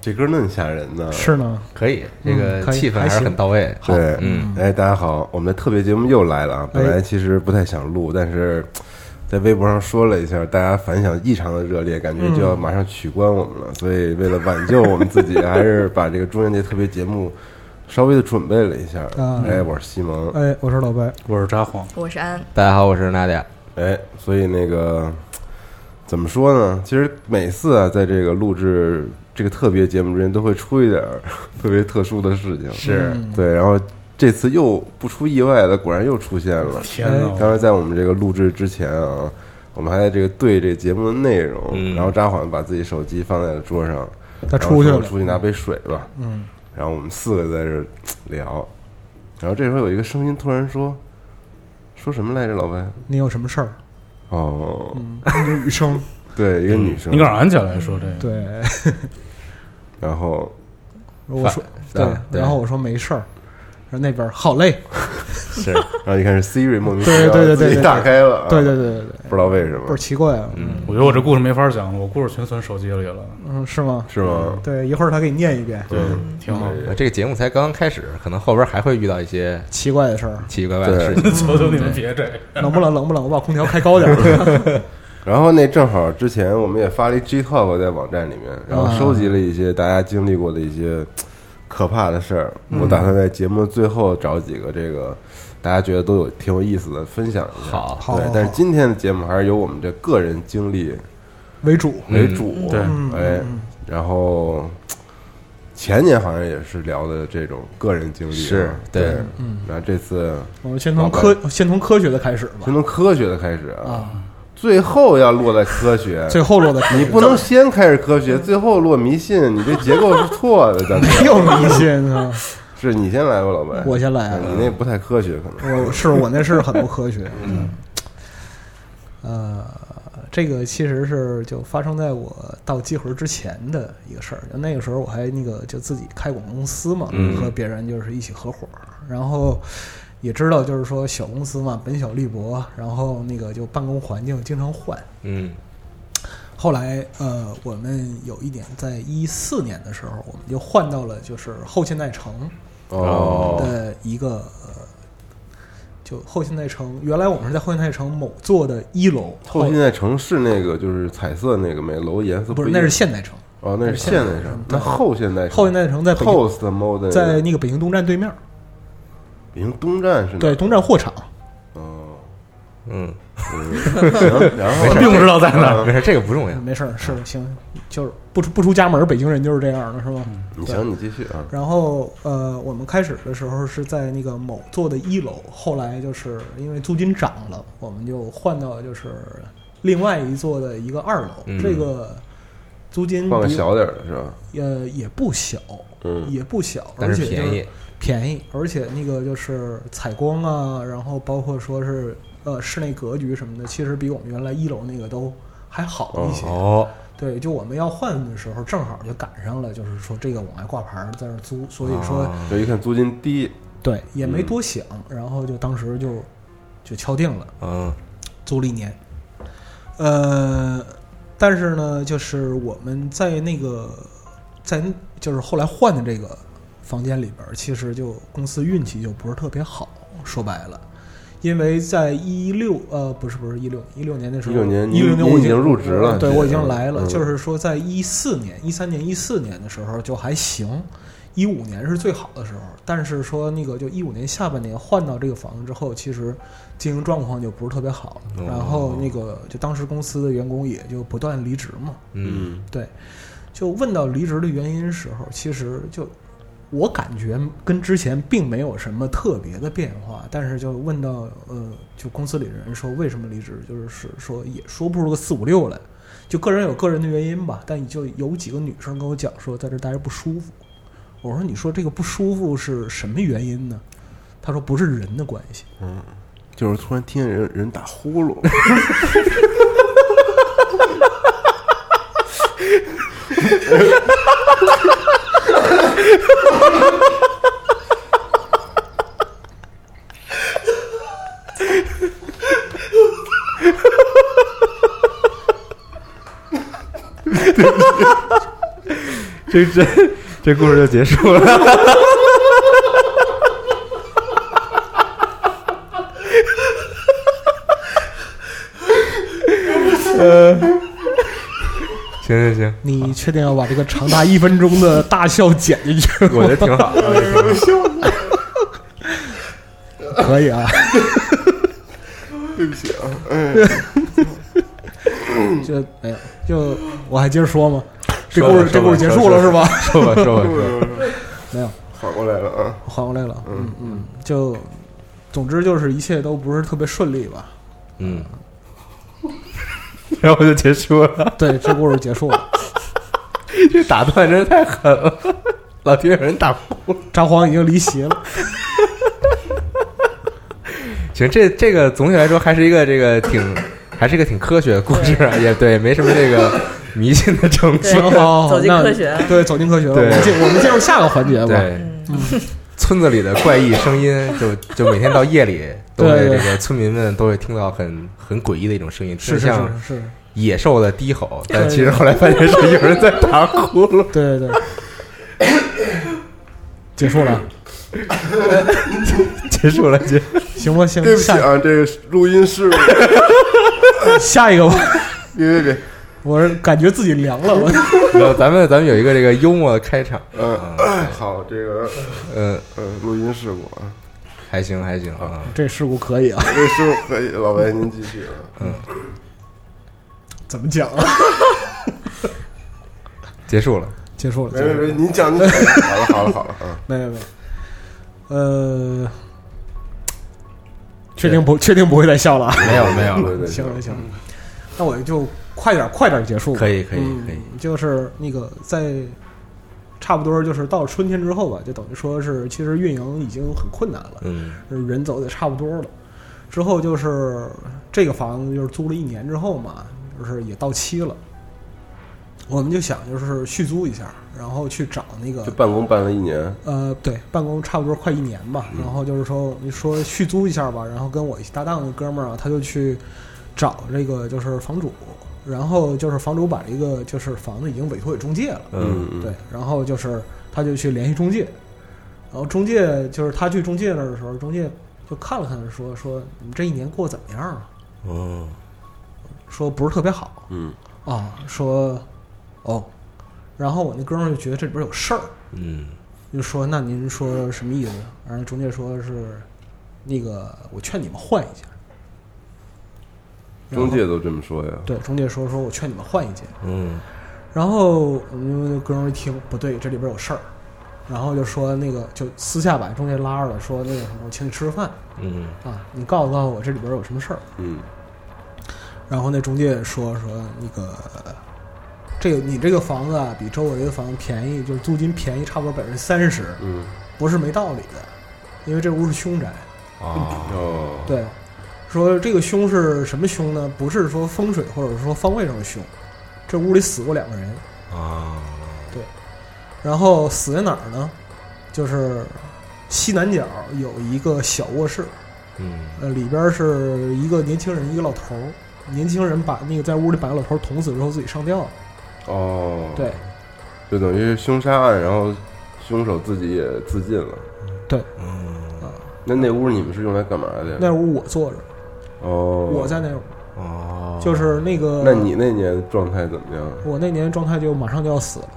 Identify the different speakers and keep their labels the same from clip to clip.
Speaker 1: 这歌那么吓人呢？
Speaker 2: 是呢，
Speaker 3: 可以，这
Speaker 2: 嗯
Speaker 3: 个
Speaker 2: 可以
Speaker 3: 气氛还
Speaker 2: 还
Speaker 3: 是
Speaker 2: 行
Speaker 3: 很到位。好，
Speaker 1: 对，
Speaker 3: 嗯，哎
Speaker 1: 哎，大家好，我们的特别节目又来了啊！本来其实不太想录，但是在微博上说了一下，大家反响异常的热烈，感觉就
Speaker 3: 嗯
Speaker 1: 要马上取关我们了。所以为了挽救我们自 己，还是把这个中元节特别节目稍微的准备了一下。
Speaker 2: 啊
Speaker 1: 哎，我是西蒙，
Speaker 2: 哎，我是老白，
Speaker 4: 我是札幌，
Speaker 5: 我是安，
Speaker 3: 大家好，我是娜姐。
Speaker 1: 哎，所以那个怎么说呢？其实每次啊，在这个录制这个特别节目之前，都会出一点儿 特别特殊的事情。
Speaker 3: 是
Speaker 1: 对，然后这次又不出意外的，果然又出现了。
Speaker 4: 天
Speaker 2: 嗯
Speaker 4: 哪！
Speaker 2: 哎
Speaker 1: 当时在我们这个录制之前啊，我们还在这个对这节目的内容，
Speaker 3: 嗯
Speaker 1: 然后扎晃把自己手机放在了桌上，
Speaker 2: 他出去
Speaker 1: 然后
Speaker 2: 了
Speaker 1: 说，出去拿杯水吧。嗯，然后我们四个在这儿聊，然后这时候有一个声音突然说：“说什么来着，老白
Speaker 2: 你有什么事儿？？”
Speaker 1: 哦，
Speaker 2: 女生，
Speaker 1: 对，一个
Speaker 2: 嗯
Speaker 1: 女生
Speaker 4: 你。让俺起来说这个，
Speaker 2: 对，
Speaker 1: 然后
Speaker 2: 我说
Speaker 3: 反
Speaker 2: 对
Speaker 3: 啊，对
Speaker 2: 然后我说没事儿，然后那边儿好嘞，
Speaker 3: 是，
Speaker 1: 然后一看是 Siri 莫名其妙
Speaker 2: 对对对对
Speaker 1: 自己
Speaker 2: 对
Speaker 1: 打开了啊，
Speaker 2: 对对对对对，
Speaker 1: 不知道为什
Speaker 2: 倍儿
Speaker 1: 么，
Speaker 2: 奇怪啊，嗯
Speaker 4: 我觉得我这故事没法讲了，我故事全存手机里了。
Speaker 2: 嗯，是吗？
Speaker 1: 是吗？
Speaker 2: 对，一会儿他给你念一遍
Speaker 4: 对，嗯挺好。
Speaker 3: 呃这个节目才刚刚开始，可能后边还会遇到一些
Speaker 2: 奇怪的事儿，
Speaker 3: 奇奇怪怪的事情。
Speaker 4: 求求你们别这样。
Speaker 2: 冷不冷？冷不冷？我把空调开高点儿。
Speaker 1: 然后那正好之前我们也发了一 G Talk 在网站里面，然后收集了一些大家经历过的一些可怕的事儿。
Speaker 2: 嗯
Speaker 1: 我打算在节目最后找几个这个大家觉得都有挺有意思的分享一下。
Speaker 3: 好
Speaker 2: 好
Speaker 1: 对
Speaker 2: 好，
Speaker 1: 但是今天的节目还是由我们这个人经历
Speaker 2: 为主，
Speaker 1: 为主。
Speaker 4: 对
Speaker 1: 哎，然后前年好像也是聊的这种个人经历啊，
Speaker 3: 是对
Speaker 1: 对。
Speaker 2: 嗯
Speaker 1: 然后这次
Speaker 2: 我们先从科先从科学的开始吧
Speaker 1: 先，从科学的开始啊，最后要落在科学。
Speaker 2: 最后落的
Speaker 1: 你不能先开始科学，最后落迷信，你这结构是错的。 咱们
Speaker 2: 没有迷信啊，
Speaker 1: 是你先来吧，老白，
Speaker 2: 我先来啊
Speaker 1: 啊你那不太科学，可能
Speaker 2: 我是我那是很不科学。嗯，呃，这个其实是就发生在我到集合之前的一个事儿。就那个时候我还那个就自己开广告公司嘛，
Speaker 3: 嗯
Speaker 2: 和别人就是一起合伙儿，然后。也知道，就是说小公司嘛，本小利薄，然后那个就办公环境经常换，
Speaker 3: 嗯
Speaker 2: 后来，呃，我们有一年在一四年的时候，我们就换到了就是后现代城
Speaker 1: 哦，
Speaker 2: 的一个，呃就后现代城。原来我们是在后现代城某座的一楼，
Speaker 1: 后现代城市那个就是彩色那个每楼颜色
Speaker 2: 不是
Speaker 1: 一
Speaker 2: 那
Speaker 1: 样
Speaker 2: 是现代城，
Speaker 1: 哦，那是现代城，那后现代
Speaker 2: 后现代城在北京
Speaker 1: post modern
Speaker 2: 在那个北京东站对面，
Speaker 1: 嗯北京东站是哪
Speaker 2: 对东站货场。
Speaker 1: 哦，
Speaker 3: 嗯，
Speaker 1: 行，然后
Speaker 4: 并不知道在哪儿。
Speaker 3: 没事，这个不重要。
Speaker 2: 没事儿，是
Speaker 1: 嗯
Speaker 2: 行，就是不出不出家门，北京人就是这样的，是吧？
Speaker 1: 你行，你继续啊，
Speaker 2: 然后呃，我们开始的时候是在那个某座的一楼，后来就是因为租金涨了，我们就换到就是另外一座的一个二楼。
Speaker 3: 嗯
Speaker 2: 这个租金
Speaker 1: 换个
Speaker 2: 比
Speaker 1: 小点儿的是吧？
Speaker 2: 呃也不小，
Speaker 1: 嗯
Speaker 2: 也不小，
Speaker 3: 但
Speaker 2: 而
Speaker 3: 是
Speaker 2: 且就
Speaker 3: 便宜，
Speaker 2: 便宜，而且那个就是采光啊，然后包括说是呃室内格局什么的，其实比我们原来一楼那个都还好一些。
Speaker 3: 哦，
Speaker 2: 对，就我们要换的时候，正好就赶上了，就是说这个往外挂牌儿在那儿租，所以说、
Speaker 3: 啊
Speaker 1: 就一看租金低，
Speaker 2: 对也
Speaker 3: 嗯
Speaker 2: 没多想，然后就当时就就敲定了，
Speaker 3: 嗯
Speaker 2: 租了一年。呃，但是呢，就是我们在那个在就是后来换的这个房间里边儿，其实就公司运气就不是特别好，说白了。因为在一六呃不是不是一六一六年那时候
Speaker 1: 16年
Speaker 2: 一六年
Speaker 1: 您
Speaker 2: 我
Speaker 1: 您已经入职了
Speaker 2: 对
Speaker 1: 其实
Speaker 2: 我已经来了，
Speaker 1: 嗯
Speaker 2: 就是说在一四年一三年一四年的时候就还行，一五年是最好的时候，但是说那个就一五年下半年换到这个房子之后，其实经营状况就不是特别好了，然后那个就当时公司的员工也就不断离职嘛，
Speaker 3: 嗯，
Speaker 2: 对，就问到离职的原因时候，其实就我感觉跟之前并没有什么特别的变化，但是就问到呃，就公司里人说为什么离职，就是是说也说不出个四五六来，就个人有个人的原因吧，但就有几个女生跟我讲说在这待着不舒服，我说你说这个不舒服是什么原因呢？她说不是人的关系，
Speaker 1: 就是突然听见人人打呼噜，
Speaker 3: 这这这故事就结束了。 呃，行行行，
Speaker 2: 你确定要把这个长达一分钟的大笑剪进去吗？
Speaker 3: 我觉得挺 好的。
Speaker 2: 可以啊。
Speaker 1: 对不起啊，
Speaker 2: 就哎呀，就我还接着说吗？这
Speaker 3: 说
Speaker 2: 故
Speaker 3: 吧
Speaker 2: 事这
Speaker 3: 说
Speaker 2: 故
Speaker 3: 吧
Speaker 2: 事结
Speaker 3: 说
Speaker 2: 束了是吧？
Speaker 3: 说吧说吧说吧，
Speaker 2: 没有，
Speaker 1: 缓过来了啊，
Speaker 2: 缓过来了。
Speaker 1: 嗯
Speaker 2: 嗯，就总之就是一切都不是特别顺利吧。
Speaker 3: 嗯， 然后就结束了。
Speaker 2: 对，这故事结束了。
Speaker 3: 这打断真是太狠了，老听有人打呼噜。
Speaker 2: 张皇已经离席了。
Speaker 3: 行，这这个总体来说还是一个这个挺，还是一个挺科学的故事啊， 也对，没什么这个迷信的成
Speaker 5: 对
Speaker 3: 分。
Speaker 2: 哦
Speaker 5: 走进
Speaker 2: 那
Speaker 5: 科学了
Speaker 2: 对，走进科学了。我
Speaker 3: 对
Speaker 2: 们进我们进入下个环节吧。
Speaker 3: 对， 村子里的怪异声音，就就每天到夜里都会这个村民们都会听到很很诡异的一种声音，
Speaker 2: 是
Speaker 3: 就是像
Speaker 2: 是是，
Speaker 3: 野兽的低吼，但其实后来发现是有人在打呼噜。
Speaker 2: 对对对。结束了，
Speaker 3: 结束了， 结
Speaker 2: 行吧，行
Speaker 1: 对，不起
Speaker 2: 下
Speaker 1: 啊，这个录音事故，
Speaker 2: 嗯下一个吧。
Speaker 1: 别别别，
Speaker 2: 我是感觉自己凉了，我
Speaker 3: 然后咱们咱们有一个这个幽默的开场，
Speaker 1: 嗯，好，这个
Speaker 3: 嗯，
Speaker 1: 嗯，录音事故啊，
Speaker 3: 还行还行啊，
Speaker 2: 这事故可以啊？
Speaker 1: 这事故可以，老白您继续啊，
Speaker 3: 嗯
Speaker 2: 怎么讲啊？
Speaker 3: 结束了，
Speaker 2: 结束了，
Speaker 1: 没
Speaker 2: 结束
Speaker 1: 没
Speaker 2: 了
Speaker 1: 没，
Speaker 3: 嗯
Speaker 1: 您讲您讲，好了好了好了啊，
Speaker 2: 没有没有，呃，确定不确定不会再笑了啊？
Speaker 3: 没 有没有，
Speaker 1: 对对，
Speaker 2: 行了行了，那我就快点快点结束吧。
Speaker 3: 可以可以
Speaker 2: 嗯
Speaker 3: 可以，
Speaker 2: 就是那个在差不多就是到春天之后吧，就等于说是其实运营已经很困难了，
Speaker 3: 嗯
Speaker 2: 人走的差不多了。之后就是这个房子就是租了一年之后嘛，就是也到期了，我们就想就是续租一下，然后去找那个
Speaker 1: 就办公办了一年，
Speaker 2: 呃，对，办公差不多快一年吧。然后就是说，你说续租一下吧，然后跟我一起搭档的哥们儿啊，他就去找这个就是房主，然后就是房主把这个就是房子已经委托给中介了，
Speaker 3: 嗯，
Speaker 2: 对，然后就是他就去联系中介，然后中介就是他去中介那儿的时候，中介就看了看说说你这一年过得怎么样啊？
Speaker 3: 哦，
Speaker 2: 说不是特别好
Speaker 1: 嗯
Speaker 2: 啊，说哦，然后我那哥们儿就觉得这里边有事儿，
Speaker 3: 嗯
Speaker 2: 就说那您说什么意思？然后中介说是那个我劝你们换一家。
Speaker 1: 嗯，
Speaker 2: 然后
Speaker 1: 中介都这么说呀，
Speaker 2: 对中介说说我劝你们换一家。
Speaker 3: 嗯
Speaker 2: 然后我们就哥们儿一听不对，这里边有事儿，然后就说那个就私下把中介拉着了，说那个什么我请你吃个饭
Speaker 3: 嗯
Speaker 2: 啊，你告诉告诉我这里边有什么事儿。
Speaker 1: 嗯
Speaker 2: 然后那中介说说那个这个你这个房子啊比周围的房子便宜，就是租金便宜差不多百分之三十，
Speaker 1: 嗯，
Speaker 2: 不是没道理的，因为这屋是凶宅。
Speaker 3: 哦，
Speaker 1: 哦，
Speaker 2: 对，说这个凶是什么凶呢？不是说风水或者说方位上的凶，这屋里死过两个人，
Speaker 3: 啊，
Speaker 2: 然后死在哪儿呢？就是西南角有一个小卧室，
Speaker 3: 嗯
Speaker 2: 呃，里边是一个年轻人，一个老头儿。年轻人把那个在屋里把老头儿捅死之后自己上吊了，
Speaker 1: 哦，
Speaker 2: 对，
Speaker 1: 就等于是凶杀案，然后凶手自己也自尽了。
Speaker 3: 嗯
Speaker 2: 啊
Speaker 1: 那那屋你们是用来干嘛的呀？
Speaker 2: 那屋我坐着，
Speaker 1: 哦，
Speaker 2: 我在那屋，
Speaker 3: 哦，
Speaker 2: 就是那个，
Speaker 1: 那你那年状态怎么样？啊
Speaker 2: 我那年状态就马上就要死了，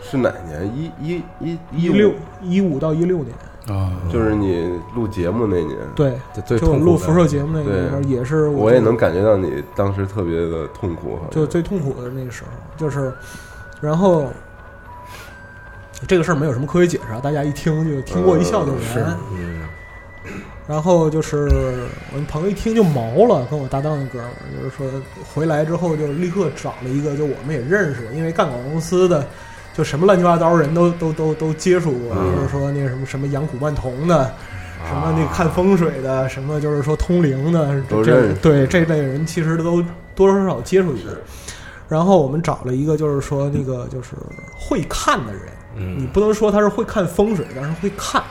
Speaker 1: 是哪年？一一一
Speaker 2: 一
Speaker 1: 五
Speaker 2: 六，一五到一六年，
Speaker 4: 啊，
Speaker 1: 就是你录节目那年。，
Speaker 2: 对，
Speaker 3: 就最
Speaker 2: 就我
Speaker 3: 痛苦
Speaker 2: 录
Speaker 3: 的
Speaker 2: 辐射节目那
Speaker 1: 对
Speaker 2: 个里边也是
Speaker 1: 我
Speaker 2: 觉
Speaker 1: 也
Speaker 2: 得
Speaker 1: 能感觉到你当时特别的痛苦，好像
Speaker 2: 就最痛苦的那个时候，就是，然后这个事儿没有什么科学解释啊，大家一听就听过一笑就
Speaker 1: 嗯
Speaker 2: 然
Speaker 1: 是。
Speaker 3: 嗯
Speaker 2: 然后就是我那朋友一听就毛了，跟我搭档的哥们儿，就是说回来之后就立刻找了一个就我们也认识，因为干广告公司的。就什么乱七八糟人都都都都接触过，
Speaker 1: 嗯
Speaker 2: 就是说那个什么什么养古曼童的，什么那
Speaker 3: 啊
Speaker 2: 看风水的，什么就是说通灵的，
Speaker 1: 都
Speaker 2: 这这
Speaker 1: 认识
Speaker 2: 对这类人其实都多多少少接触一个。然后我们找了一个，就是说那个就是会看的人，你
Speaker 3: 嗯
Speaker 2: 不能说他是会看风水，但是会看。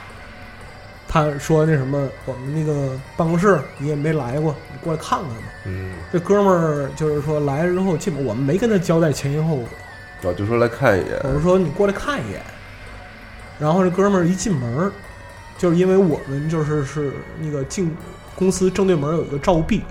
Speaker 2: 他说那什么，我们那个办公室你也没来过，你过来看看吧。
Speaker 3: 嗯
Speaker 2: 这哥们儿就是说来了之后，基本我们没跟他交代前因后果，
Speaker 1: 我哦就说来看一眼，
Speaker 2: 我是说你过来看一眼。然后这哥们儿一进门儿，就是因为我们就是是那个进公司正对门儿有一个照壁，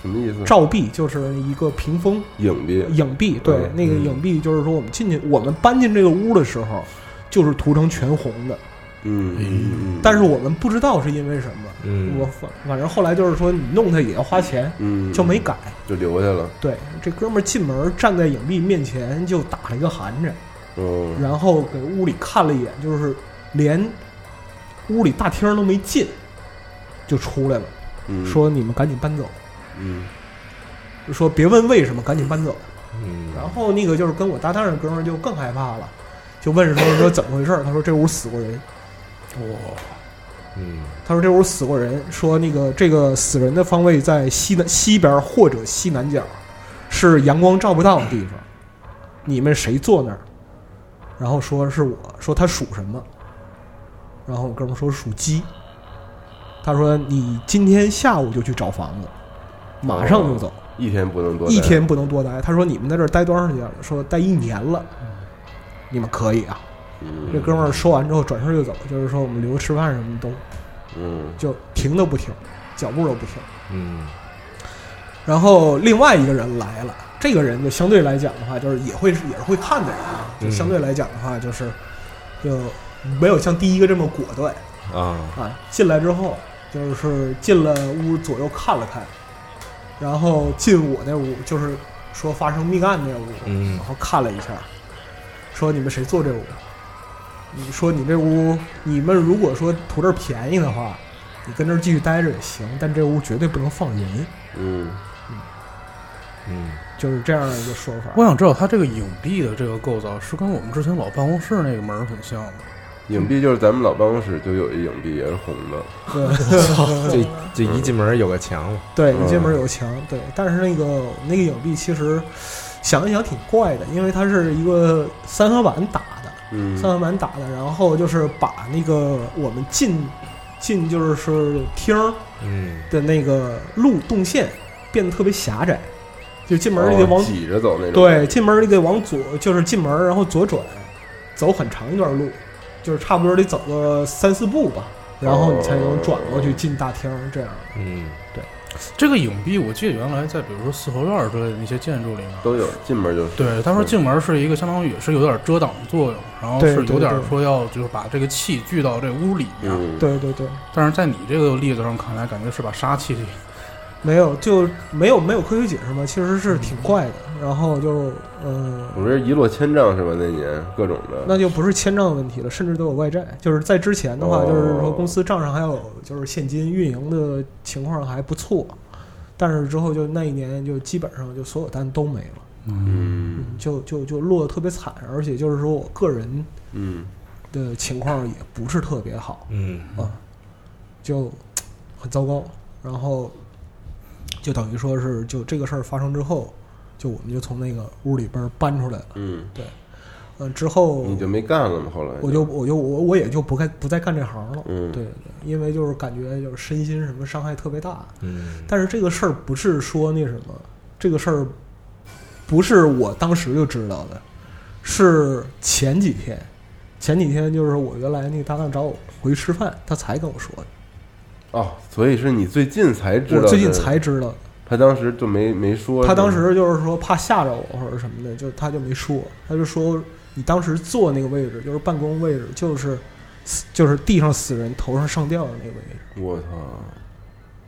Speaker 1: 什么意思？
Speaker 2: 照壁就是一个屏风
Speaker 1: 影壁
Speaker 2: 影壁，对，
Speaker 1: 嗯
Speaker 2: 那个影壁就是说我们进去，我们搬进这个屋的时候，就是涂成全红的，
Speaker 1: 嗯嗯，嗯
Speaker 2: 但是我们不知道是因为什么，
Speaker 3: 嗯，
Speaker 2: 我反反正后来就是说你弄它也要花钱，
Speaker 1: 嗯
Speaker 2: 就没改。
Speaker 1: 就留下了，
Speaker 2: 对，这哥们儿进门站在影壁面前就打了一个寒颤，
Speaker 1: 嗯，
Speaker 2: 然后给屋里看了一眼，就是连屋里大厅都没进，就出来了，
Speaker 1: 嗯
Speaker 2: 说你们赶紧搬走，
Speaker 1: 嗯
Speaker 2: 说别问为什么，赶紧搬走。
Speaker 3: 嗯，
Speaker 2: 然后那个就是跟我搭档的哥们儿就更害怕了，就问说说怎么回事儿，他说这屋死过人，
Speaker 3: 嗯
Speaker 2: 他说这屋死过人，说那个这个死人的方位在西南西边儿或者西南角，是阳光照不到的地方。你们谁坐那儿？然后说是我说他属什么？然后我哥们儿说属鸡。他说你今天下午就去找房子，马上就走，
Speaker 1: 一天不哦能多待
Speaker 2: 一天不能多待。他说你们在这儿待多长时间了？说待一年了。你们可以啊。
Speaker 1: 嗯
Speaker 2: 这哥们儿说完之后转身就走，就是说我们留着吃饭什么都
Speaker 1: 嗯
Speaker 2: 就停都不停，脚步都不停。
Speaker 3: 嗯
Speaker 2: 然后另外一个人来了，这个人就相对来讲的话，就是也会也是会看的人啊，就
Speaker 3: 嗯
Speaker 2: 相对来讲的话，就是就没有像第一个这么果断
Speaker 3: 啊，
Speaker 2: 啊。进来之后，就是进了屋左右看了看，然后进我那屋，就是说发生命案那屋，
Speaker 3: 嗯
Speaker 2: 然后看了一下，说你们谁坐这屋？你说你这屋，你们如果说图这儿便宜的话，你跟这儿继续待着也行，但这屋绝对不能放人，
Speaker 1: 嗯
Speaker 3: 嗯
Speaker 2: 就是这样一个说法。
Speaker 4: 我想知道它这个影壁的这个构造是跟我们之前老办公室那个门儿很 像吗？
Speaker 1: 影壁就是咱们老办公室就有一影壁，也是红的，
Speaker 3: 这这一进门有个墙，
Speaker 2: 对，
Speaker 1: 嗯
Speaker 2: 一进门有墙，对，但是那个那个影壁其实想一想挺怪的，因为它是一个三合板打的，
Speaker 1: 嗯
Speaker 2: 三合板打的，然后就是把那个我们进进就是是厅儿
Speaker 3: 嗯
Speaker 2: 的那个路动线变得特别狭窄，就进门儿
Speaker 1: 哦
Speaker 2: 你得往、
Speaker 1: 挤着走那种，
Speaker 2: 对，进门儿你得往左，就是进门儿然后左转，走很长一段路，就是差不多得走个三四步吧，然后你才能转过去进大厅儿这样。
Speaker 1: 哦
Speaker 3: 嗯
Speaker 4: 这个影壁，我记得原来在比如说四合院儿之类的那些建筑里面，
Speaker 1: 都有，进门就是，
Speaker 4: 对，他说进门是一个相当于也是有点遮挡作用，然后
Speaker 2: 对
Speaker 4: 是有点
Speaker 2: 对对
Speaker 4: 说要就是把这个气聚到这屋里面，
Speaker 1: 嗯，
Speaker 2: 对对对。
Speaker 4: 但是在你这个例子上看来，感觉是把杀气
Speaker 2: 没有，就没有没有科学解释嘛，其实是挺怪的。然后就呃，
Speaker 1: 我们是一落千丈是吧？那年各种的，
Speaker 2: 那就不是签账问题了，甚至都有外债。就是在之前的话，
Speaker 1: 哦
Speaker 2: 就是说公司账上还有就是现金，运营的情况还不错。但是之后就那一年就基本上就所有单都没了，
Speaker 4: 嗯，
Speaker 1: 嗯
Speaker 2: 嗯，就就就落得特别惨，而且就是说我个人
Speaker 1: 嗯
Speaker 2: 的情况也不是特别好。
Speaker 3: 嗯
Speaker 2: 啊，就很糟糕。然后就等于说是，就这个事儿发生之后，就我们就从那个屋里边儿搬出来了。
Speaker 1: 嗯，
Speaker 2: 嗯、之后
Speaker 1: 你就没干了吗？后来
Speaker 2: 我就我就我我也就不干不再干这行了。
Speaker 1: 嗯
Speaker 2: 对对对，因为就是感觉就是身心什么伤害特别大。
Speaker 3: 嗯，
Speaker 2: 但是这个事儿不是说那什么，这个事儿不是我当时就知道的，是前几天，前几天就是我原来那个搭档找我回去吃饭，他才跟我说的。
Speaker 1: 哦，所以是你最近才知道
Speaker 2: 我
Speaker 1: 的，
Speaker 2: 最近才知道，
Speaker 1: 他当时就没没说，
Speaker 2: 他当时就是说怕吓着我或者什么的，就他就没说，他就说你当时坐那个位置就是办公位置，就是死就是地上死人头上上吊的那个位置，
Speaker 1: 我操，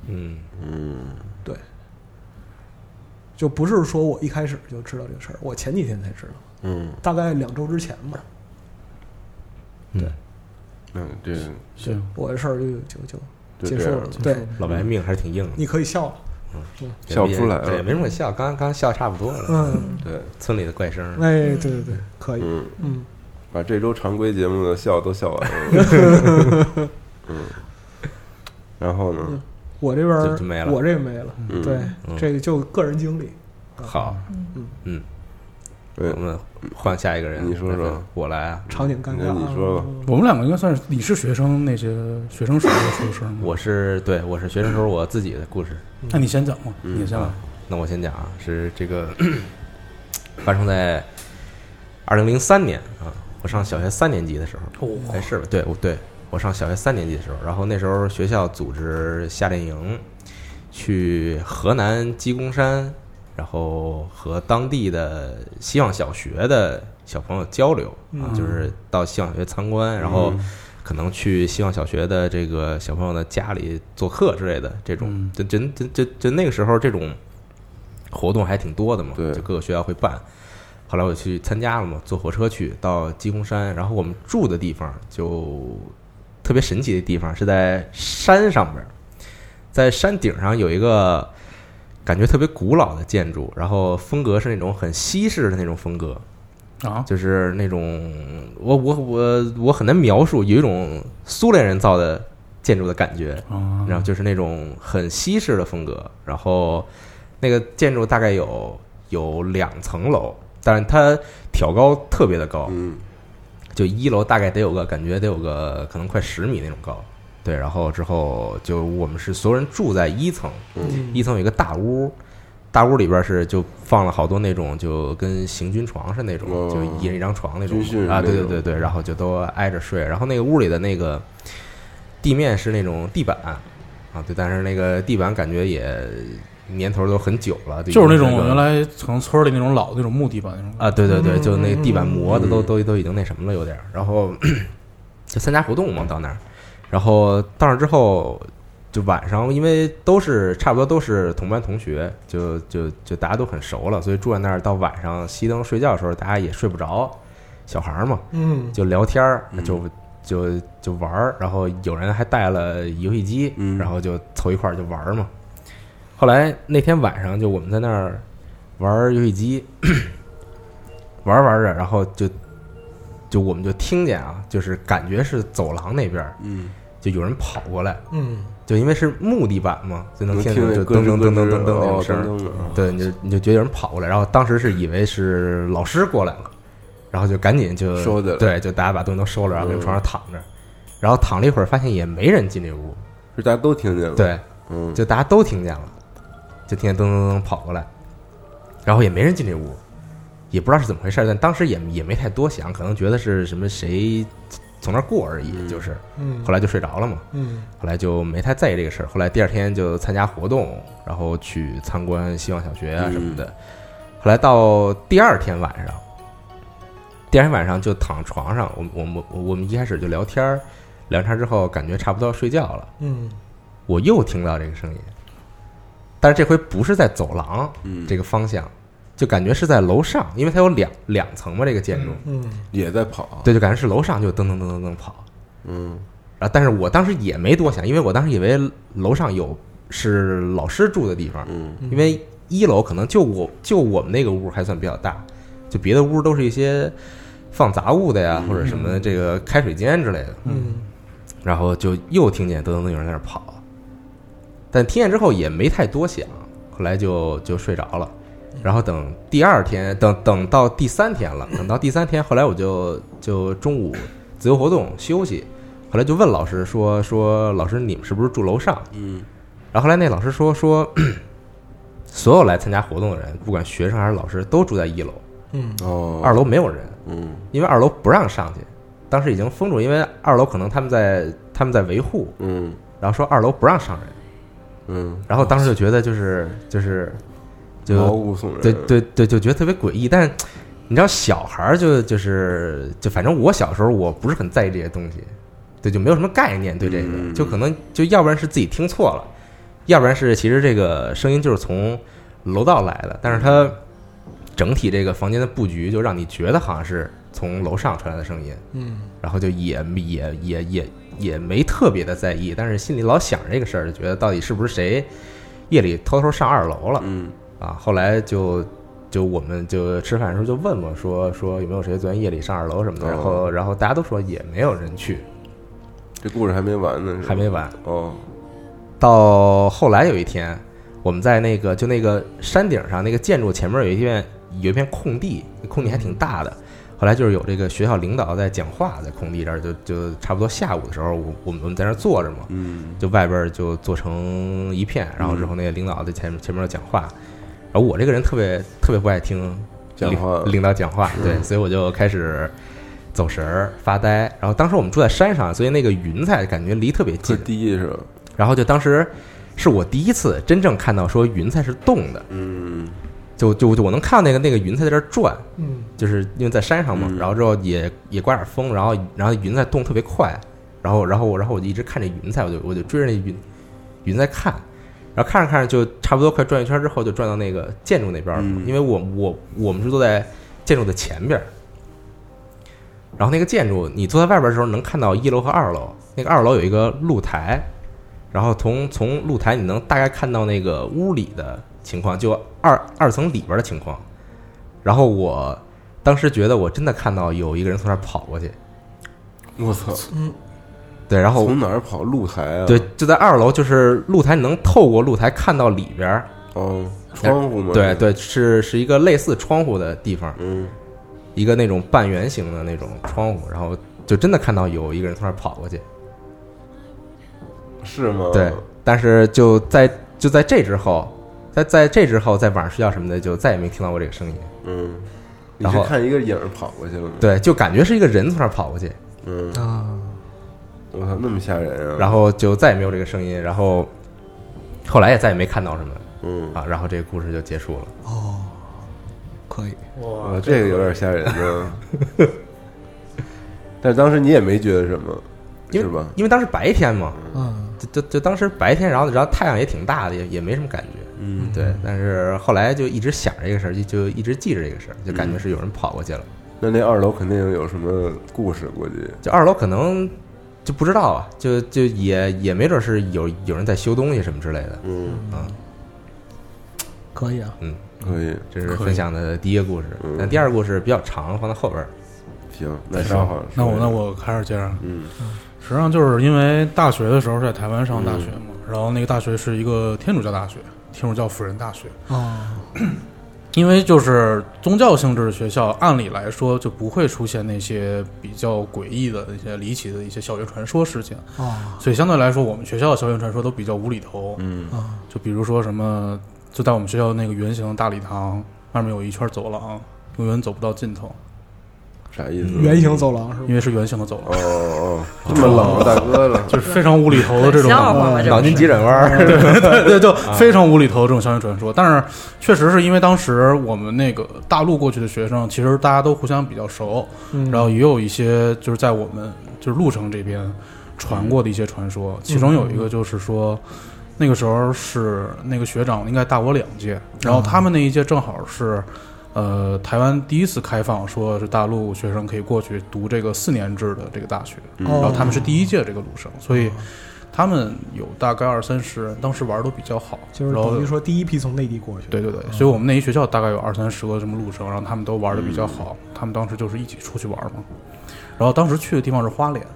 Speaker 3: 嗯
Speaker 1: 嗯
Speaker 2: 对，就不是说我一开始就知道这个事儿，我前几天才知道，
Speaker 1: 嗯，
Speaker 2: 大概两周之前吧，
Speaker 3: 对，
Speaker 1: 那这
Speaker 4: 行，
Speaker 2: 我的事儿就就就
Speaker 1: 就
Speaker 2: 结
Speaker 1: 这
Speaker 2: 束
Speaker 1: 样
Speaker 2: 了，对，
Speaker 3: 老白命还是挺硬的，
Speaker 2: 你可以笑了，
Speaker 1: 笑不出来
Speaker 3: 对，
Speaker 1: 了，
Speaker 3: 没什么笑，刚刚笑差不多了，
Speaker 2: 嗯，
Speaker 1: 对，
Speaker 3: 村里的怪声，
Speaker 2: 哎，对对对，可以，
Speaker 1: 嗯，
Speaker 2: 嗯，
Speaker 1: 把这周常规节目的笑都笑完了， 嗯，然后呢，
Speaker 2: 我这边
Speaker 3: 就就没
Speaker 2: 儿
Speaker 3: 了
Speaker 2: 我这没了，
Speaker 1: 嗯
Speaker 2: 对，
Speaker 3: 嗯
Speaker 2: 这个就个人经历，
Speaker 3: 好，
Speaker 1: 对
Speaker 3: 我，们换下一个人，
Speaker 1: 你说说，
Speaker 3: 我来啊，
Speaker 2: 场景尴尬
Speaker 1: 那
Speaker 2: 啊，
Speaker 1: 你说吧
Speaker 2: 嗯
Speaker 4: 我们两个应该算是你是学生那些学生时候出的事儿吗？
Speaker 3: 我是对我是学生时候我自己的故事，
Speaker 4: 那你先讲吧，
Speaker 1: 嗯
Speaker 4: 你先来
Speaker 3: 啊，那我先讲啊，是这个发生在二零零三年啊，我上小学三年级的时候，哎，
Speaker 4: 哦，
Speaker 3: 是吧？对，我对我上小学三年级的时候，然后那时候学校组织夏令营，去河南鸡公山，然后和当地的希望小学的小朋友交流啊，
Speaker 2: 嗯
Speaker 3: 就是到希望小学参观，然
Speaker 1: 嗯
Speaker 3: 后可能去希望小学的这个小朋友的家里做客之类的这种
Speaker 4: 嗯，
Speaker 3: 就就就就就那个时候这种活动还挺多的嘛，
Speaker 1: 对
Speaker 3: 就各个学校会办。后来我去参加了嘛，坐火车去到鸡公山，然后我们住的地方就特别神奇的地方是在山上边儿，在山顶上有一个感觉特别古老的建筑，然后风格是那种很西式的那种风格，
Speaker 4: 啊，
Speaker 3: 就是那种我我我我很难描述，有一种苏联人造的建筑的感觉，
Speaker 4: 啊
Speaker 3: 然后就是那种很西式的风格，然后那个建筑大概有有两层楼，但是它挑高特别的高，
Speaker 1: 嗯，
Speaker 3: 就一楼大概得有个感觉得有个可能快十米那种高，对，然后之后就我们是所有人住在一层，
Speaker 2: 嗯
Speaker 3: 一层有一个大屋，大屋里边是就放了好多那种就跟行军床是那种，
Speaker 1: 哦
Speaker 3: 就一人一张床那种
Speaker 1: 军训
Speaker 3: 啊，对
Speaker 1: 那
Speaker 3: 对
Speaker 1: 种
Speaker 3: 对对，然后就都挨着睡，然后那个屋里的那个地面是那种地板啊，对，但是那个地板感觉也年头都很久了，
Speaker 4: 就是那
Speaker 3: 已经
Speaker 4: 种
Speaker 3: 这个
Speaker 4: 原来从村里那种老的那种木地板那种。
Speaker 3: 啊，对对对，就那地板磨的都
Speaker 1: 嗯
Speaker 3: 都都已经那什么了，有点儿。然后 就参加活动嘛，到那儿，然后到那儿之后，就晚上，因为都是差不多都是同班同学，就就就大家都很熟了，所以住在那儿到晚上熄灯睡觉的时候，大家也睡不着，小孩儿嘛，
Speaker 2: 嗯
Speaker 3: 就聊天儿，
Speaker 1: 嗯
Speaker 3: 就就就玩儿，然后有人还带了游戏机，
Speaker 1: 嗯
Speaker 3: 然后就凑一块儿就玩儿嘛。后来那天晚上就我们在那儿玩儿游戏机， 玩儿玩儿着，然后就就我们就听见啊，就是感觉是走廊那边儿
Speaker 1: 嗯，
Speaker 3: 就有人跑过来，
Speaker 2: 嗯
Speaker 3: 就因为是木地板嘛，就能
Speaker 1: 能
Speaker 3: 听
Speaker 1: 听
Speaker 3: 见
Speaker 1: 见
Speaker 3: 就
Speaker 1: 咯
Speaker 3: 噔
Speaker 1: 吱
Speaker 3: 噔
Speaker 1: 咯
Speaker 3: 噔噔噔
Speaker 1: 吱
Speaker 3: 噔那种
Speaker 1: 哦
Speaker 3: 声儿。嗯
Speaker 1: 噔噔的，
Speaker 3: 对，你就你就觉得有人跑过来，然后当时是以为是老师过来了，然后就赶紧就
Speaker 1: 收起来
Speaker 3: 对，就大家把东西都收了，然后跟
Speaker 1: 嗯
Speaker 3: 床上躺着，然后躺了一会儿，发现也没人进这屋，
Speaker 1: 是大家都听见了，，
Speaker 3: 对，
Speaker 1: 嗯，
Speaker 3: 就大家都听见了，就听见噔噔噔跑过来，然后也没人进这屋，也不知道是怎么回事，但当时也也没太多想，可能觉得是什么谁从那儿过而已，
Speaker 1: 嗯
Speaker 3: 就是
Speaker 2: 嗯，
Speaker 3: 后来就睡着了嘛。
Speaker 2: 嗯
Speaker 3: 后来就没太在意这个事儿。后来第二天就参加活动，然后去参观希望小学啊什么的。后来到第二天晚上，第二天晚上就躺床上，我们我们我们一开始就聊天儿，聊天儿之后感觉差不多要睡觉了，
Speaker 2: 嗯
Speaker 3: 我又听到这个声音，但是这回不是在走廊
Speaker 1: 嗯，
Speaker 3: 这个方向，就感觉是在楼上，因为它有两两层嘛这个建筑，
Speaker 2: 嗯
Speaker 1: 也在跑，啊
Speaker 3: 对，就感觉是楼上就噔噔噔噔噔跑。
Speaker 1: 嗯，
Speaker 3: 然后，啊但是我当时也没多想，因为我当时以为楼上有是老师住的地方，
Speaker 1: 嗯
Speaker 2: 嗯
Speaker 3: 因为一楼可能就我就我们那个屋还算比较大，就别的屋都是一些放杂物的呀，或者什么这个开水间之类的。
Speaker 2: 嗯
Speaker 3: 然后就又听见噔噔噔有人在那儿跑，但听见之后也没太多想，后来就就睡着了。然后等第二天，等等到第三天了，等到第三天，后来我就就中午自由活动休息，后来就问老师说说老师你们是不是住楼上？
Speaker 1: 嗯
Speaker 3: 然后后来那老师说说， 所有来参加活动的人，不管学生还是老师，都住在一楼，
Speaker 2: 嗯
Speaker 1: 哦，
Speaker 3: 二楼没有人，
Speaker 1: 嗯
Speaker 3: 因为二楼不让上去，当时已经封住，因为二楼可能他们在他们在维护，
Speaker 1: 嗯
Speaker 3: 然后说二楼不让上人，
Speaker 1: 嗯，
Speaker 3: 然后当时就觉得就是就是
Speaker 1: 毛
Speaker 3: 就
Speaker 1: 骨悚然，
Speaker 3: 对对对，就觉得特别诡异。但你知道小孩儿就就是就反正我小时候我不是很在意这些东西，对，就没有什么概念对这个，
Speaker 1: 嗯
Speaker 3: 就可能就要不然是自己听错了，要不然是其实这个声音就是从楼道来的，但是它整体这个房间的布局就让你觉得好像是从楼上传来的声音。
Speaker 2: 嗯
Speaker 3: 然后就也也也也也没特别的在意，但是心里老想着这个事儿，就觉得到底是不是谁夜里偷偷上二楼了
Speaker 1: 嗯
Speaker 3: 啊？后来就就我们就吃饭的时候就问嘛，说说有没有谁昨天夜里上二楼什么的，
Speaker 1: 哦
Speaker 3: 然后然后大家都说也没有人去，
Speaker 1: 这故事还没完呢，是吧
Speaker 3: 还没完。
Speaker 1: 哦，
Speaker 3: 到后来有一天，我们在那个就那个山顶上那个建筑前面有一片有一片空地，空地还挺大的。后来就是有这个学校领导在讲话，在空地这儿就就差不多下午的时候，我我们我们在那儿坐着嘛，
Speaker 1: 嗯
Speaker 3: 就外边儿就坐成一片，然后之后那个领导在前面前面讲话，然后我这个人特别特别不爱听，
Speaker 1: 讲话
Speaker 3: 领领导讲话，对，所以我就开始走神儿、发呆。然后当时我们住在山上，所以那个云彩感觉离特别
Speaker 1: 最
Speaker 3: 近。
Speaker 1: 低是吧？
Speaker 3: 然后就当时是我第一次真正看到说云彩是动的，
Speaker 1: 嗯，
Speaker 3: 就就就我能看到那个那个云彩在这儿转，
Speaker 2: 嗯，
Speaker 3: 就是因为在山上嘛，
Speaker 1: 嗯
Speaker 3: 然后之后也也刮点风，然后然后云在动特别快，然后然后我然后我就一直看着云彩，我就我就追着那云云在看，然后看着看着就差不多快转一圈之后就转到那个建筑那边了，
Speaker 1: 嗯
Speaker 3: 因为我我我们是坐在建筑的前边儿，然后那个建筑你坐在外边的时候能看到一楼和二楼，那个二楼有一个露台，然后从从露台你能大概看到那个屋里的情况，就二二层里边的情况。然后我当时觉得我真的看到有一个人从那儿跑过去，
Speaker 1: 我操，
Speaker 3: 对，然后
Speaker 1: 从哪儿跑露台啊？
Speaker 3: 对，就在二楼，就是露台，你能透过露台看到里边儿，
Speaker 1: 哦，窗户嘛，
Speaker 3: 对，对，是是一个类似窗户的地方，
Speaker 1: 嗯，
Speaker 3: 一个那种半圆形的那种窗户，然后就真的看到有一个人从那儿跑过去，
Speaker 1: 是吗？
Speaker 3: 对，但是就在就在这之后，在在这之后，在晚上睡觉什么的，就再也没听到过这个声音，
Speaker 1: 嗯，你
Speaker 3: 然
Speaker 1: 是
Speaker 3: 后
Speaker 1: 看一个影儿跑过去了吗？
Speaker 3: 对，就感觉是一个人从那儿跑过去，
Speaker 1: 嗯，
Speaker 2: 啊，
Speaker 1: 我操，那么吓人啊！
Speaker 3: 然后就再也没有这个声音，然后后来也再也没看到什么
Speaker 1: 嗯，
Speaker 3: 啊，然后这个故事就结束了。
Speaker 2: 可以，
Speaker 1: 哇，
Speaker 4: 哇，
Speaker 1: 啊这个有点吓 人呢。但是当时你也没觉得什么，
Speaker 3: 因为
Speaker 1: 是吧？
Speaker 3: 因为当时白天嘛，
Speaker 2: 嗯，
Speaker 3: 就就就当时白天，然后然后太阳也挺大的，也也没什么感觉。
Speaker 1: 嗯，
Speaker 3: 对，但是后来就一直想这个事儿，就就一直记着这个事儿，就
Speaker 5: 嗯
Speaker 3: 感觉是有人跑过去了。
Speaker 1: 那那二楼肯定有什么故事，估计
Speaker 3: 就二楼可能就不知道啊，就就也也没准是有有人在修东西什么之类的。啊
Speaker 1: 嗯，
Speaker 2: 可以啊，
Speaker 3: 嗯，
Speaker 1: 可以，
Speaker 3: 这是
Speaker 4: 可以
Speaker 3: 分享的第一个故事
Speaker 1: 嗯，
Speaker 3: 但第二个故事比较长，放到后边儿。
Speaker 1: 行，啊那稍后
Speaker 4: 那我那
Speaker 1: 我，
Speaker 4: 我开始接着。
Speaker 1: 嗯
Speaker 4: 实际上就是因为大学的时候是在台湾上大学嘛，
Speaker 3: 嗯
Speaker 4: 然后那个大学是一个天主教大学，天主教辅仁大学。
Speaker 2: 哦，
Speaker 4: 因为就是宗教性质的学校，按理来说就不会出现那些比较诡异的、那些离奇的一些校园传说事件，
Speaker 2: 哦，
Speaker 4: 所以相对来说，我们学校的校园传说都比较无厘头。
Speaker 1: 嗯
Speaker 2: 啊，
Speaker 4: 就比如说什么，就在我们学校那个圆形大礼堂外面有一圈走廊，永远走不到尽头，
Speaker 1: 啥意思？
Speaker 2: 圆形走
Speaker 5: 嗯
Speaker 2: 廊是
Speaker 4: 因
Speaker 2: 吧？
Speaker 4: 为是圆形的走
Speaker 1: 哦，
Speaker 4: 廊
Speaker 1: 哦， 这么冷啊，大哥 了，
Speaker 4: 就是非常无厘头的这种
Speaker 5: 笑话嘛，这
Speaker 3: 脑
Speaker 5: 不
Speaker 3: 筋急
Speaker 5: 是
Speaker 3: 转弯儿，
Speaker 4: 对，就非常无厘头这种校园传说。但是确实是因为当时我们那个大陆过去的学生，其实大家都互相比较熟，
Speaker 2: 嗯
Speaker 4: 然后也有一些就是在我们就是鹿城这边传过的一些传
Speaker 2: 嗯
Speaker 4: 说，其中有一个就是说。那个时候是那个学长应该大我两届，然后他们那一届正好是，呃，台湾第一次开放，说是大陆学生可以过去读这个四年制的这个大学，然后
Speaker 2: 哦
Speaker 4: 他们是第一届这个陆生，所以他们有大概二三十人，当时玩的都比较好，
Speaker 2: 就是
Speaker 4: 然后
Speaker 2: 等于说第一批从内地过去的，
Speaker 4: 对对对，所以我们那一学校大概有二三十个这么陆生，然后他们都玩的比较好，他们当时就是一起出去玩嘛，然后当时去的地方是花莲。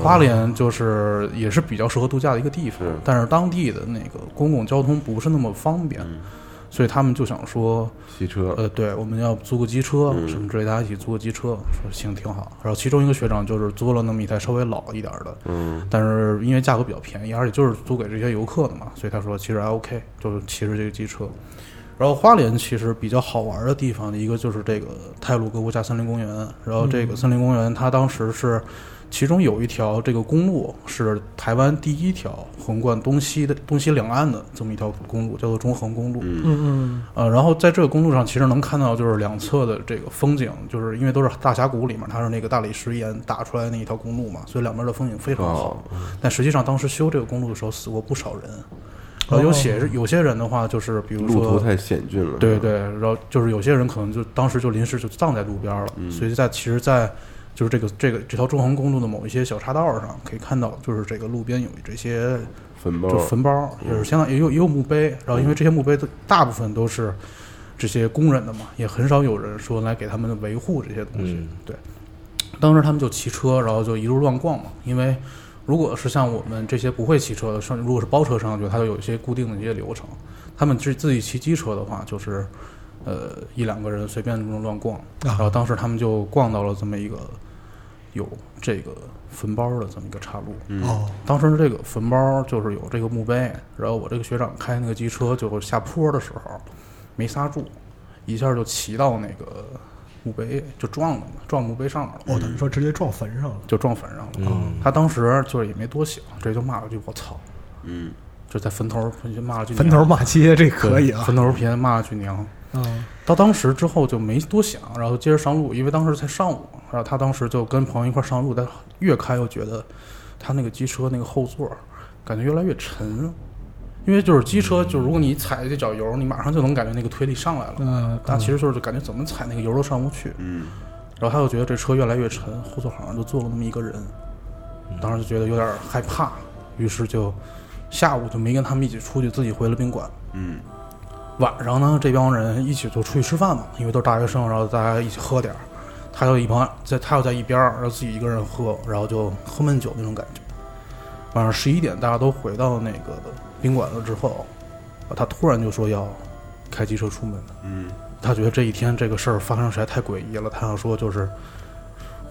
Speaker 4: 花莲就是也是比较适合度假的一个地方
Speaker 1: 是，
Speaker 4: 但是当地的那个公共交通不是那么方便，
Speaker 1: 嗯
Speaker 4: 所以他们就想说，
Speaker 1: 骑车，
Speaker 4: 呃，对，我们要租个机车
Speaker 1: 嗯
Speaker 4: 什么之类，大家一起租个机车，说行挺好。然后其中一个学长就是租了那么一台稍微老一点儿的，
Speaker 1: 嗯
Speaker 4: 但是因为价格比较便宜，而且就是租给这些游客的嘛，所以他说其实还 OK，就是骑着这个机车。然后花莲其实比较好玩的地方，一个就是这个泰鲁格国家森林公园。然后这个森林公园，它当时是其中有一条这个公路是台湾第一条横贯东西的东西两岸的这么一条公路，叫做中横公路。
Speaker 1: 嗯
Speaker 2: 嗯
Speaker 4: 呃，然后在这个公路上，其实能看到就是两侧的这个风景，就是因为都是大峡谷里面，它是那个大理石岩打出来的那一条公路嘛，所以两边的风景非常好。
Speaker 1: 哦，
Speaker 4: 但实际上，当时修这个公路的时候，死过不少人。然后有些有些人的话，就是比如
Speaker 1: 路途
Speaker 4: 说，
Speaker 1: 太险峻了，
Speaker 4: 对对，然后就是有些人可能就当时就临时就葬在路边了。
Speaker 1: 嗯
Speaker 4: 所以在其实，在就是这个这个这条中横公路的某一些小岔道上，可以看到就是这个路边有这些
Speaker 1: 坟包
Speaker 4: 就，坟包，也是相当也有也有墓碑，然后因为这些墓碑都大部分都是这些工人的嘛，也很少有人说来给他们维护这些东西。
Speaker 3: 嗯
Speaker 4: 对，当时他们就骑车，然后就一路乱逛嘛，因为。如果是像我们这些不会骑车的，甚至如果是包车上去，它就有一些固定的一些流程。他们自自己骑机车的话，就是，呃，一两个人随便这么乱逛。然
Speaker 2: 啊
Speaker 4: 后当时他们就逛到了这么一个有这个坟包的这么一个岔路。
Speaker 2: 嗯，哦，
Speaker 4: 当时这个坟包就是有这个墓碑，然后我这个学长开那个机车，就下坡的时候没刹住，一下就骑到那个墓碑，就撞了嘛，撞墓碑上面了。
Speaker 2: 哦，等于说直接撞坟上了。
Speaker 4: 就撞坟上了。
Speaker 3: 嗯
Speaker 4: 他当时就是也没多想，直接就骂了句“我操
Speaker 1: 嗯，”，
Speaker 4: 就在坟头就骂了句“
Speaker 2: 坟头骂街这可以啊，
Speaker 4: 坟头别骂了句“娘
Speaker 2: 嗯”。
Speaker 4: 到当时之后就没多想，然后接着上路，因为当时才上午，然后他当时就跟朋友一块上路，但越开又觉得他那个机车那个后座感觉越来越沉，因为就是机车，就如果你踩这脚油，你马上就能感觉那个推力上来了，
Speaker 2: 嗯，
Speaker 4: 但其实就是感觉怎么踩那个油都上不去，
Speaker 1: 嗯，
Speaker 4: 然后他又觉得这车越来越沉，后座好像就坐了那么一个人，当时就觉得有点害怕，于是就下午就没跟他们一起出去，自己回了宾馆。
Speaker 1: 嗯，
Speaker 4: 晚上呢，这帮人一起就出去吃饭嘛，因为都是大学生，然后大家一起喝点儿。他又一旁在，他又在一边儿，然后自己一个人喝，然后就喝闷酒那种感觉。晚上十一点，大家都回到那个宾馆了之后，啊他突然就说要开机车出门。
Speaker 1: 嗯，
Speaker 4: 他觉得这一天这个事儿发生实在太诡异了，他想说就是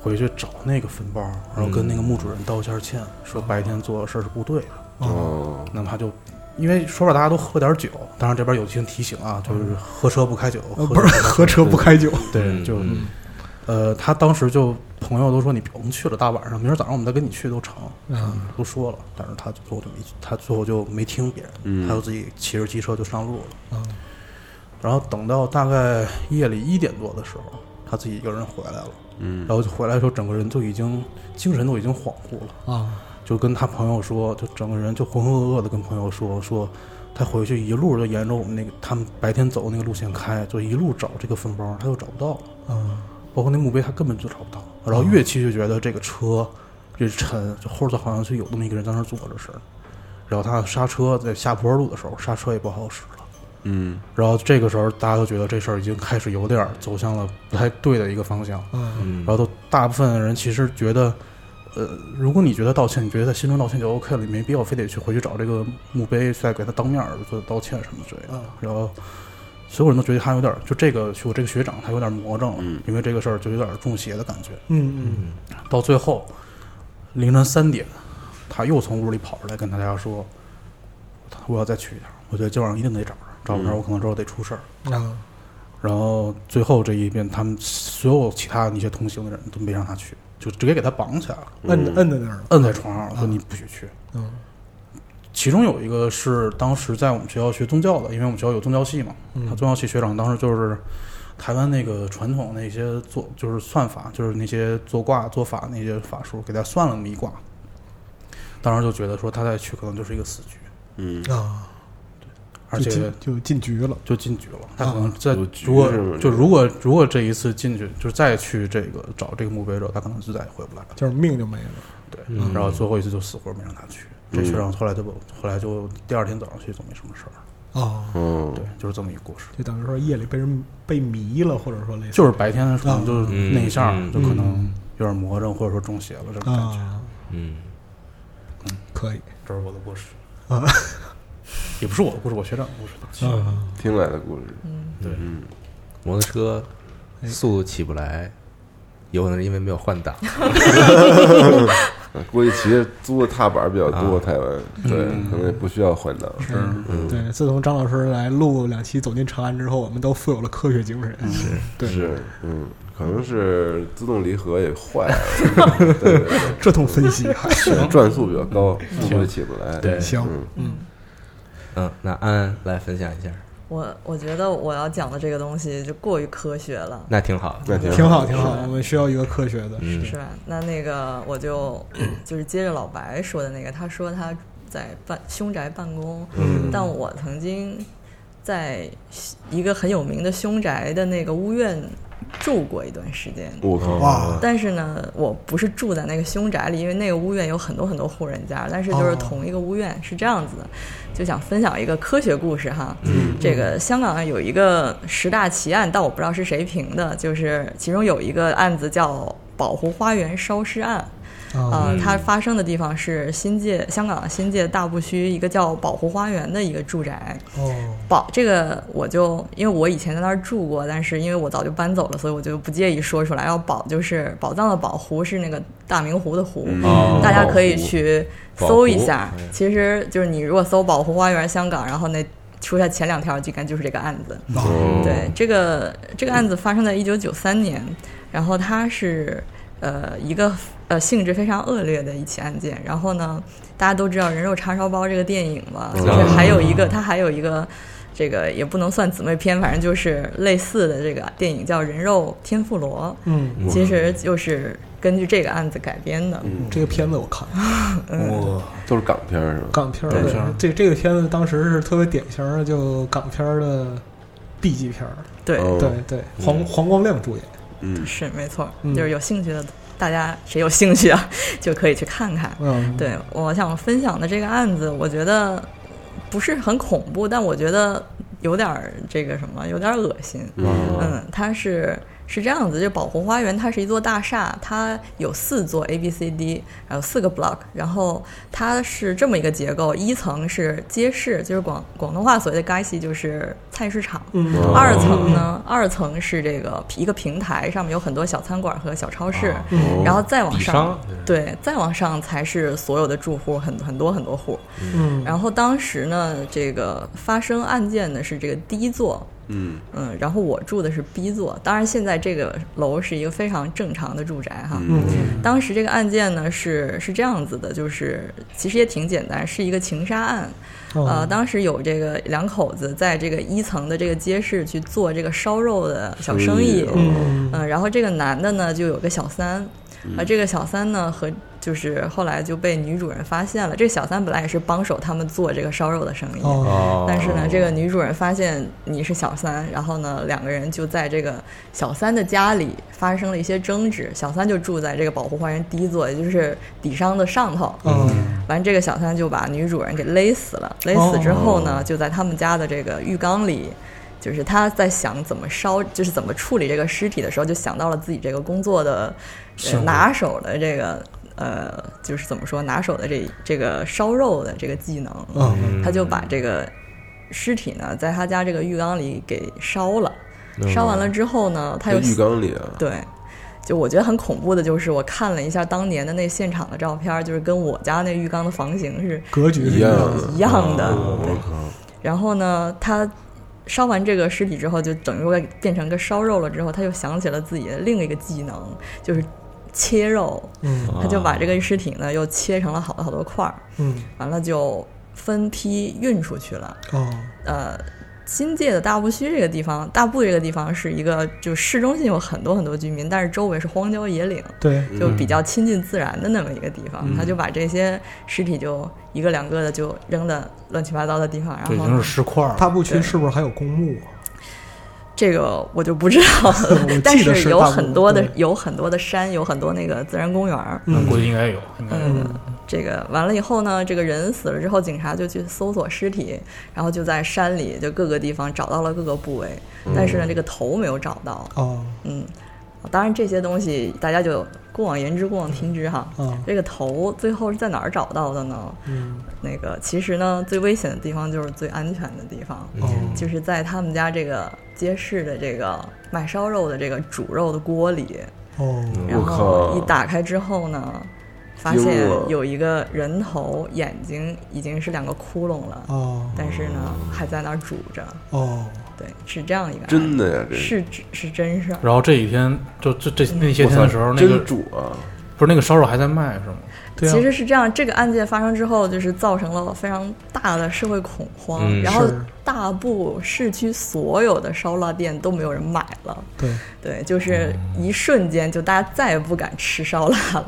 Speaker 4: 回去找那个坟包，然后跟那个墓主人道一下歉，说白天做的事儿是不对的。
Speaker 1: 哦，
Speaker 4: 那么他就因为说实话，大家都喝点酒，当然这边有些提醒啊，就是喝车不开酒，
Speaker 2: 呃嗯
Speaker 4: 喝
Speaker 2: 不是
Speaker 4: 酒
Speaker 2: 喝车不开酒，
Speaker 4: 对，就
Speaker 3: 嗯
Speaker 4: 呃，他当时就朋友都说你甭去了，大晚上，明儿早上我们再跟你去都成，
Speaker 2: 嗯，
Speaker 4: 都说了，但是他最后就没，他最后就没听别人，
Speaker 1: 嗯
Speaker 4: 他就自己骑着机车就上路了。
Speaker 2: 嗯
Speaker 4: 然后等到大概夜里一点多的时候，他自己一个人回来了。
Speaker 1: 嗯
Speaker 4: 然后就回来的时候，整个人就已经精神都已经恍惚了，
Speaker 2: 啊，
Speaker 4: 就跟他朋友说，就整个人就浑浑噩噩的跟朋友说说，他回去一路就沿着我们那个他们白天走的那个路线开，就一路找这个坟包，他又找不到了，
Speaker 2: 嗯
Speaker 4: 包括那墓碑他根本就找不到。然后越骑就觉得这个车越沉，就后座好像是有那么一个人在那儿坐着似的。然后他刹车在下坡路的时候，刹车也不好使了。
Speaker 1: 嗯
Speaker 4: 然后这个时候，大家都觉得这事儿已经开始有点儿走向了不太对的一个方向。
Speaker 2: 嗯
Speaker 3: 嗯，
Speaker 4: 然后都大部分人其实觉得，呃，如果你觉得道歉，你觉得在心中道歉就 OK 了，你没必要非得去回去找这个墓碑，再给他当面儿做道歉什么之类的。然后所有人都觉得他有点儿，就这个我这个学长他有点儿魔怔了，
Speaker 1: 嗯
Speaker 4: 因为这个事儿就有点儿中邪的感觉。
Speaker 2: 嗯
Speaker 4: 到最后凌晨三点，他又从屋里跑出来跟大家说，我要再去一趟，我觉得今晚上一定得找着，找不着我可能之后得出事儿。
Speaker 2: 嗯啊
Speaker 4: 然后最后这一遍，他们所有其他那些同行的人都没让他去，就直接给他绑起来了，
Speaker 2: 摁
Speaker 1: 嗯
Speaker 2: 摁在那儿了，
Speaker 4: 摁在床上了，说你不许去。
Speaker 2: 嗯
Speaker 4: 其中有一个是当时在我们学校学宗教的，因为我们学校有宗教系嘛，
Speaker 2: 嗯
Speaker 4: 他宗教系学长当时就是台湾那个传统那些做就是算法，就是那些做卦做法那些法术，给他算了那么一卦，当时就觉得说他再去可能就是一个死局，
Speaker 1: 嗯，
Speaker 2: 啊，
Speaker 4: 而
Speaker 2: 就
Speaker 4: 且
Speaker 2: 进就进局了，
Speaker 4: 就进局了。他可能在
Speaker 1: 有局
Speaker 4: 如果
Speaker 1: 是吗
Speaker 4: 就如果如果这一次进去，就是再去这个找这个墓碑者，他可能就再也回不来了。
Speaker 2: 就是命就没了。
Speaker 4: 对，
Speaker 3: 嗯
Speaker 4: 然后最后一次就死活没让他去。这学长后来就不，后来就第二天早上去就没什么事儿了。
Speaker 2: 哦，
Speaker 1: 哦
Speaker 4: 对，，就是这么一个故事。
Speaker 2: 就等于说夜里被人被迷了，或者说类似
Speaker 4: 就是白天的时候就是
Speaker 3: 嗯
Speaker 4: 那一下
Speaker 3: 嗯
Speaker 4: 就可能有点魔怔，或者说中邪了这种感觉。
Speaker 2: 啊，
Speaker 3: 嗯，
Speaker 2: 可以
Speaker 4: 这是我的故事，
Speaker 2: 啊
Speaker 4: 也不是我的故事，我学长的故事。其实
Speaker 2: 啊，
Speaker 1: 听来的故事，
Speaker 4: 对
Speaker 1: 嗯，
Speaker 3: 摩托车
Speaker 5: 哎
Speaker 3: 速度起不来，有可能是因为没有换 挡。
Speaker 1: 啊估计骑着租的踏板比较多，
Speaker 3: 啊
Speaker 1: 台湾对，可能也不需要换挡，
Speaker 2: 是，对。自从张老师来录两期《走进长安》之后，我们都富有了科学精神。是，对，
Speaker 1: 是，嗯，可能是自动离合也坏了，对对对
Speaker 2: 这通分析还
Speaker 1: 对，转速比较高，速度起不来，
Speaker 3: 对
Speaker 2: 行，
Speaker 1: 嗯
Speaker 3: 嗯，那安安来分享一下，
Speaker 5: 我我觉得我要讲的这个东西就过于科学了，
Speaker 3: 那挺好。
Speaker 1: 那
Speaker 2: 挺
Speaker 1: 好
Speaker 2: 好，挺好。我们需要一个科学的，
Speaker 3: 嗯
Speaker 5: 是吧？那那个 我就就是接着老白说的那个，他说他在办凶宅办公，
Speaker 3: 嗯
Speaker 5: 但我曾经在一个很有名的凶宅的那个屋院住过一段时间。
Speaker 1: 我靠，
Speaker 2: 哇
Speaker 5: 但是呢，我不是住在那个凶宅里，因为那个屋苑有很多很多户人家，但是就是
Speaker 2: 哦
Speaker 5: 同一个屋苑是这样子的，就想分享一个科学故事哈。这个香港有一个十大奇案，但我不知道是谁评的，就是其中有一个案子叫宝湖花园烧尸案。
Speaker 2: 啊
Speaker 5: 呃，它发生的地方是新界香港新界大埔墟一个叫宝湖花园的一个住宅。
Speaker 2: 哦
Speaker 5: 宝这个我就因为我以前在那儿住过，但是因为我早就搬走了，所以我就不介意说出来。然后宝就是宝藏的宝，湖是那个大明湖的湖，
Speaker 3: 哦
Speaker 5: 大家可以去搜一下
Speaker 3: 宝湖。
Speaker 1: 哎
Speaker 5: 其实就是你如果搜宝湖花园香港，然后那出来前两条就感就是这个案子。
Speaker 1: 哦
Speaker 5: 对，，这个这个案子发生在一九九三年，然后它是呃一个呃性质非常恶劣的一起案件。然后呢，大家都知道《人肉叉烧包》这个电影嘛，
Speaker 1: 嗯
Speaker 5: 就是还有一个它还有一个这个也不能算姊妹篇，反正就是类似的这个电影叫《人肉天妇罗
Speaker 2: 嗯，》，
Speaker 5: 其实就是根据这个案子改编的。
Speaker 1: 嗯
Speaker 2: 这个片子我看了
Speaker 4: 哇，
Speaker 1: 都是港片儿是吧？
Speaker 2: 港片儿
Speaker 5: 对
Speaker 2: 对
Speaker 4: 是
Speaker 2: 这这个片子当时是特别典型的，就港片儿的 B 级片儿。
Speaker 5: 对，
Speaker 1: 哦
Speaker 2: 对对，黄黄光亮主演。
Speaker 1: 嗯，
Speaker 5: 是没错，
Speaker 2: 嗯
Speaker 5: 就是有兴趣的大家谁有兴趣啊， 就可以去看看。
Speaker 2: 嗯，
Speaker 5: 对我想分享的这个案子，我觉得不是很恐怖，但我觉得有点儿这个什么，有点儿恶心。
Speaker 1: 嗯
Speaker 5: 嗯，它是是这样子，就保护花园，它是一座大厦，它有四座 A、B、C、D，还有四个 block，然后它是这么一个结构：一层是街市，就是广广东话所谓的街市，就是菜市场。
Speaker 2: 嗯，
Speaker 1: 哦
Speaker 5: 二层呢，二层是这个一个平台，上面有很多小餐馆和小超市，
Speaker 3: 哦
Speaker 1: 哦
Speaker 5: 然后再往
Speaker 3: 底
Speaker 5: 上
Speaker 3: 商，
Speaker 5: 对，再往上才是所有的住户，很很多很多户。
Speaker 2: 嗯，
Speaker 5: 然后当时呢，这个发生案件的是这个 D 座，
Speaker 1: 嗯
Speaker 5: 嗯，然后我住的是 B 座。当然，现在这个楼是一个非常正常的住宅哈。
Speaker 1: 嗯
Speaker 5: 当时这个案件呢是是这样子的，就是其实也挺简单，是一个情杀案。
Speaker 2: 哦
Speaker 5: 呃，当时有这个两口子在这个一层的这个街市去做这个烧肉的小生
Speaker 1: 生
Speaker 5: 意，
Speaker 1: 意哦
Speaker 2: 嗯
Speaker 5: 嗯，然后这个男的呢就有个小三，啊，这个小三呢和就是后来就被女主人发现了，这小三本来也是帮手他们做这个烧肉的生意，
Speaker 2: 哦
Speaker 3: 哦，
Speaker 5: 但是呢，这个女主人发现你是小三，然后呢，两个人就在这个小三的家里发生了一些争执，小三就住在这个保护花园第一座，也就是底商的上头，
Speaker 2: 嗯
Speaker 5: 完，这个小三就把女主人给勒死了。勒死之后
Speaker 1: 哦
Speaker 5: 呢，就在他们家的这个浴缸里，就是他在想怎么烧，就是怎么处理这个尸体的时候，就想到了自己这个工作的、
Speaker 4: 是
Speaker 5: 呃、拿手的这个呃，就是怎么说拿手的这这个烧肉的这个技能。
Speaker 2: 嗯
Speaker 5: 他就把这个尸体呢，在他家这个浴缸里给烧了。
Speaker 3: 嗯
Speaker 5: 烧完了之后呢，他
Speaker 1: 在
Speaker 5: 又
Speaker 1: 哦浴缸里啊，
Speaker 5: 对，就我觉得很恐怖的，就是我看了一下当年的那现场的照片儿，就是跟我家那浴缸的房型是
Speaker 2: 格局是
Speaker 1: 一样
Speaker 2: 的
Speaker 1: 的啊
Speaker 5: 一样的。对
Speaker 1: 我靠，
Speaker 5: 然后呢，他烧完这个尸体之后，就等于说变成个烧肉了之后，他又想起了自己的另一个技能，就是切肉。
Speaker 2: 嗯
Speaker 1: 啊
Speaker 5: 他就把这个尸体呢又切成了好多好多块儿，
Speaker 2: 嗯
Speaker 5: 完了就分批运出去了。
Speaker 2: 哦
Speaker 5: 呃，新界的大步墟这个地方，大步这个地方是一个，就市中心有很多很多居民，但是周围是荒郊野岭，
Speaker 2: 对
Speaker 5: 就比较亲近自然的那么一个地方。他
Speaker 2: 嗯
Speaker 5: 就把这些尸体就一个两个的就扔的乱七八糟的地方，
Speaker 4: 这
Speaker 5: 然
Speaker 4: 已经
Speaker 5: 后
Speaker 4: 是尸块了。
Speaker 2: 大部区是不是还有公墓啊？
Speaker 5: 这个我就不知 道
Speaker 2: 记
Speaker 5: 了，
Speaker 2: 得
Speaker 5: 但是
Speaker 2: 是
Speaker 5: 有
Speaker 2: 大步
Speaker 5: 很多的
Speaker 2: 对
Speaker 5: 有很多的山，有很多那个自然公园儿。
Speaker 4: 那
Speaker 2: 嗯
Speaker 4: 估计应该有，应该有。
Speaker 5: 嗯，这个完了以后呢，这个人死了之后，警察就去搜索尸体，然后就在山里就各个地方找到了各个部位，
Speaker 2: 嗯
Speaker 5: 但是呢，这个头没有找到。
Speaker 2: 哦
Speaker 5: 嗯，当然这些东西大家就过往言之，过往听之哈。
Speaker 2: 啊
Speaker 5: 这个头最后是在哪儿找到的呢？
Speaker 2: 嗯
Speaker 5: 那个其实呢，最危险的地方就是最安全的地方，
Speaker 2: 哦
Speaker 1: 嗯
Speaker 5: 就是在他们家这个街市的这个卖烧肉的这个煮肉的锅里。
Speaker 2: 哦
Speaker 5: 然
Speaker 1: 我
Speaker 5: 后
Speaker 1: 靠
Speaker 5: 一打开之后呢，发
Speaker 1: 惊
Speaker 5: 现
Speaker 1: 了
Speaker 5: 有一个人头，眼睛已经是两个窟窿了，
Speaker 2: 哦
Speaker 5: 但是呢还在那儿煮着。
Speaker 2: 哦
Speaker 5: 对，是这样一个案子
Speaker 1: 真的呀，这
Speaker 5: 是是真事儿。
Speaker 4: 然后这几天就这这那些
Speaker 1: 我
Speaker 4: 天
Speaker 1: 操
Speaker 4: 的时候，那个
Speaker 1: 真煮啊，
Speaker 4: 不是那个烧肉还在卖是吗？
Speaker 2: 对啊
Speaker 5: 其实是这样，这个案件发生之后，就是造成了非常大的社会恐慌，
Speaker 3: 嗯
Speaker 5: 然后
Speaker 2: 是
Speaker 5: 大部市区所有的烧腊店都没有人买了，
Speaker 2: 对
Speaker 5: 对，就是一瞬间就大家再也不敢吃烧腊了。